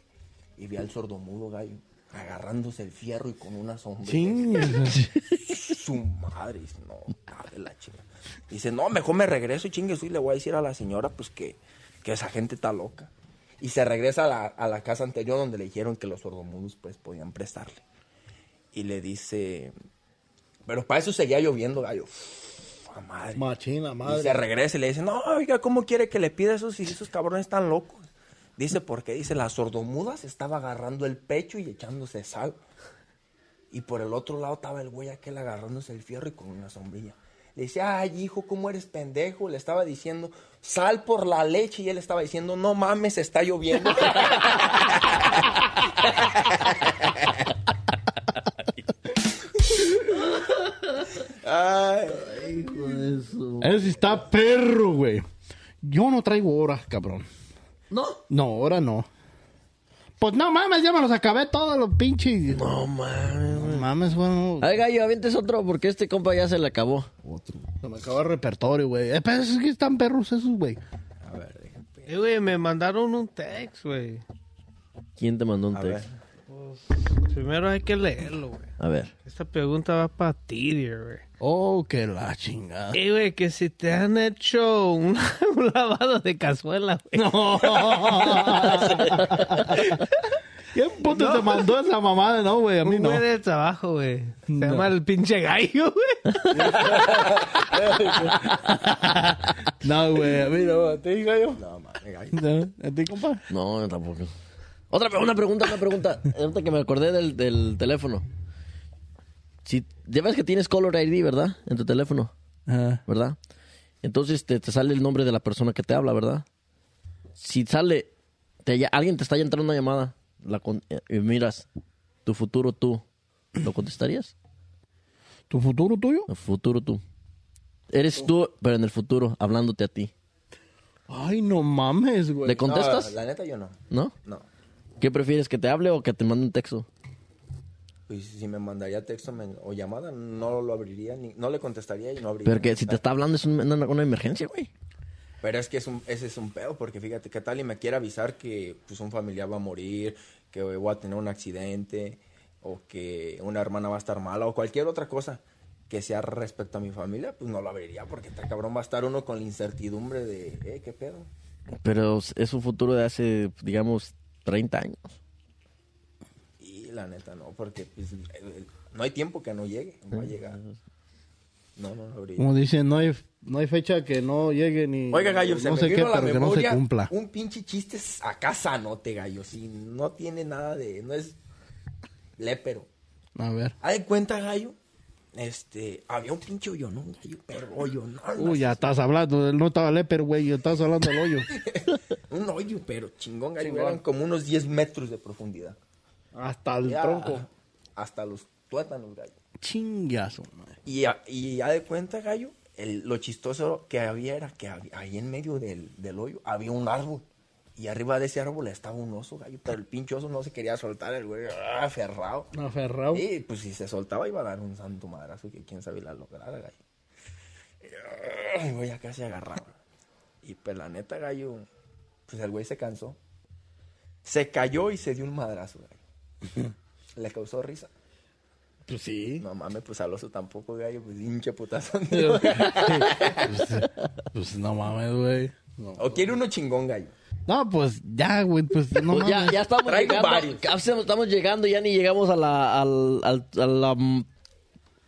Y ve al sordomudo, gallo. Agarrándose el fierro y con una sombra. Su madre. Dice, no, cabe la chinga. Dice, no, mejor me regreso, chingue, y le voy a decir a la señora, pues que, que esa gente está loca. Y se regresa a la, a la casa anterior donde le dijeron que los sordomudos, pues, podían prestarle. Y le dice, pero para eso seguía lloviendo, gallo. Uf, a madre. Machina, Y se madre. regresa y le dice, no, oiga, ¿cómo quiere que le pida eso si esos cabrones están locos? Dice, porque dice, la sordomuda se estaba agarrando el pecho y echándose sal. Y por el otro lado estaba el güey aquel agarrándose el fierro y con una sombrilla. Le dice, ay, hijo, ¿cómo eres pendejo? Le estaba diciendo, sal por la leche. Y él estaba diciendo, no mames, está lloviendo. Ay, hijo de su. Eso sí está perro, güey. Yo no traigo horas, cabrón. No. No, ahora no. Pues no mames, ya me los acabé todos los pinches. No mames. No mames, bueno. Ay, gallo, avientes otro porque este compa ya se le acabó. Se me acabó el repertorio, güey. Eh, pero es que están perros esos, güey. Eh, güey, me mandaron un text, güey. ¿Quién te mandó un texto? Primero hay que leerlo, güey. A ver. Esta pregunta va para ti, dear, güey. Oh, que la chingada. Eh, güey, que si te han hecho un, un lavado de cazuela, güey. No. ¿Qué puto te mandó esa mamada? No, güey, a mí Un no. güey de trabajo, güey. Se No. llama el pinche gallo, güey. No, güey, a mí no. ¿A ti, gallo? No mames, gallo. No, ¿A ti, compa? No, yo tampoco. Otra pre- una pregunta, una pregunta. Ahorita que me acordé del, del teléfono. Si, ya ves que tienes Color ID, ¿verdad? En tu teléfono, Ah, ¿verdad? Entonces te, te sale el nombre de la persona que te habla, ¿verdad? Si sale, te ya- alguien te está entrando una llamada la con- eh, y miras tu futuro tú, ¿lo contestarías? ¿Tu futuro tuyo? El futuro tú. Eres tú, pero en el futuro, hablándote a ti. Ay, no mames, güey. ¿Le contestas? No, la neta yo no. ¿No? No. ¿Qué prefieres, que te hable o que te mande un texto? Pues si me mandaría texto me- o llamada, no lo abriría, ni, no le contestaría y no abriría. Pero que si te está hablando es un- una- una emergencia, güey. Pero es que es un, ese es un pedo, porque fíjate, ¿qué tal y me quiere avisar que pues, un familiar va a morir, que voy a tener un accidente, o que una hermana va a estar mala, o cualquier otra cosa que sea respecto a mi familia? Pues no lo abriría, porque está cabrón, va a estar uno con la incertidumbre de, eh, ¿qué pedo? Pero es un futuro de hace, digamos, 30 años. Y la neta no, porque pues, el- el- no hay tiempo que no llegue, va a llegar. No, no lo abriría. Como dicen, no hay, no hay fecha que no llegue ni. Oiga, gallo, se no me sé vino qué, a la pero que no memoria se cumpla. un pinche chiste acá sanote, gallo. Si no tiene nada de... No es lépero. A ver. Haz de cuenta, gallo, este... Había un pinche hoyo, ¿no? Gallo, pero hoyo, no. Uy, ya estás hablando. No estaba leper, güey. ya Estás hablando del hoyo. Un hoyo, pero chingón, gallo. Eran como unos 10 metros de profundidad. Hasta el Ya, tronco. Hasta los tuétanos, gallo. Chingazo, madre. Y, a- y ya de cuenta, gallo, el- lo chistoso que había era que hab- ahí en medio del, del hoyo había un árbol. Y arriba de ese árbol estaba un oso, gallo. Pero el pinche oso no se quería soltar, el güey ah, aferrado. Aferrado. Y pues si se soltaba iba a dar un santo madrazo que quién sabe la lograra, gallo. Y, ah, El güey acá se agarraba. Y pues la neta, gallo, pues el güey se cansó. Se cayó y se dio un madrazo, gallo. Le causó risa. Pues sí. No mames, pues Alonso tampoco, gallo. Pues hinche putazo. pues, pues no mames, güey. O quiere uno chingón, gallo. No, pues ya, güey, pues no Pues ya, mames. ya estamos Traigo llegando. varios. casi Estamos llegando, ya ni llegamos a la, al- al- a la, mm,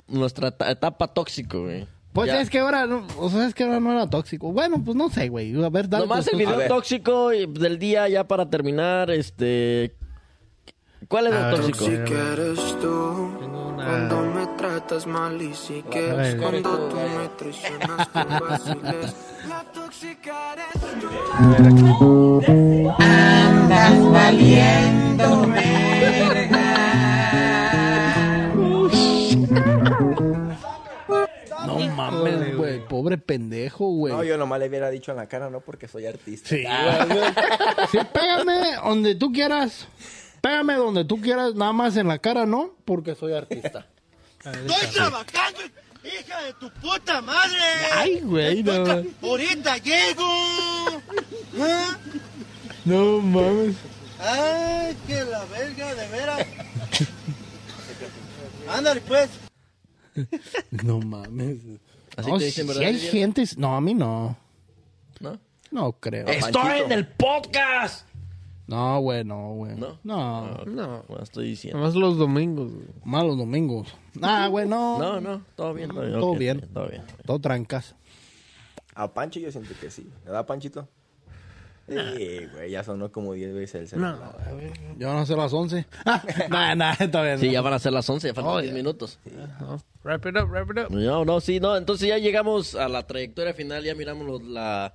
nuestra ta- etapa tóxico, güey. Pues Ya. es que ahora, no- o sea, es que ahora no era tóxico. Bueno, pues no sé, güey. A ver, dale. Nomás pues, el tú- video tóxico y- del día ya para terminar, este... ¿Cuál es el tóxico? Si quieres tú, cuando me tratas mal y si quieres, ver. cuando tú me traicionas, tú vaciles. Andas valiendo No mames, güey. Pobre pendejo, güey. No, yo nomás le hubiera dicho en la cara, no, porque soy artista. Sí, Ah. Sí, pégame donde tú quieras. Pégame donde tú quieras, nada más en la cara, ¿no? Porque soy artista. Estoy trabajando, hija de tu puta madre. Ay, güey, no. Ahorita llego. ¿Ah? No mames. Ay, que la verga, de veras. Ándale, pues. No mames. Así No, te dicen, si- ¿verdad, si hay Lidia? gente... No, a mí no. ¿No? No creo. Eh. ¡Estoy en el podcast! No, güey, no, güey. No. Ah, No. No, estoy diciendo. Nomás los domingos, Malos domingos. Ah, güey, no. No, no, todo bien, todo bien. Todo ok, bien. Todo bien. Todo trancas. A Pancho yo siento que sí. ¿Verdad, Panchito? Sí, güey, ya sonó como 10 veces el celular. No, Ya van a ser las 11. Nah, nah, Ah, está bien. Sí, ya van a ser las 11, ya faltan Oh, 10 ya. minutos. Wrap it up, wrap it up. No, no, sí, no. Entonces ya llegamos a la trayectoria final, ya miramos los- la...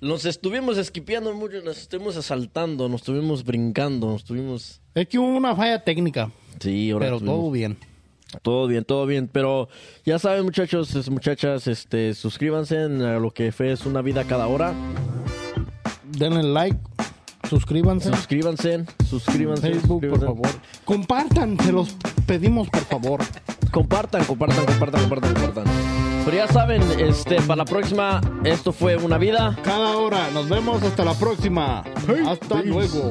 Nos estuvimos esquipeando mucho, nos estuvimos asaltando, nos estuvimos brincando, nos estuvimos... Es que hubo una falla técnica. Sí, ahora Pero estuvimos- todo bien. Todo bien, todo bien. Pero ya saben, muchachos, es- muchachas, este, suscríbanse en eh, lo que fue es una vida cada hora. Denle like. Suscríbanse. Suscríbanse, suscríbanse. Facebook, por favor. Compartan, se los pedimos, por favor. Compartan, compartan, compartan, compartan, compartan. Pero ya saben, este, para la próxima, esto fue una vida. Cada hora. Nos vemos hasta la próxima. Hasta luego.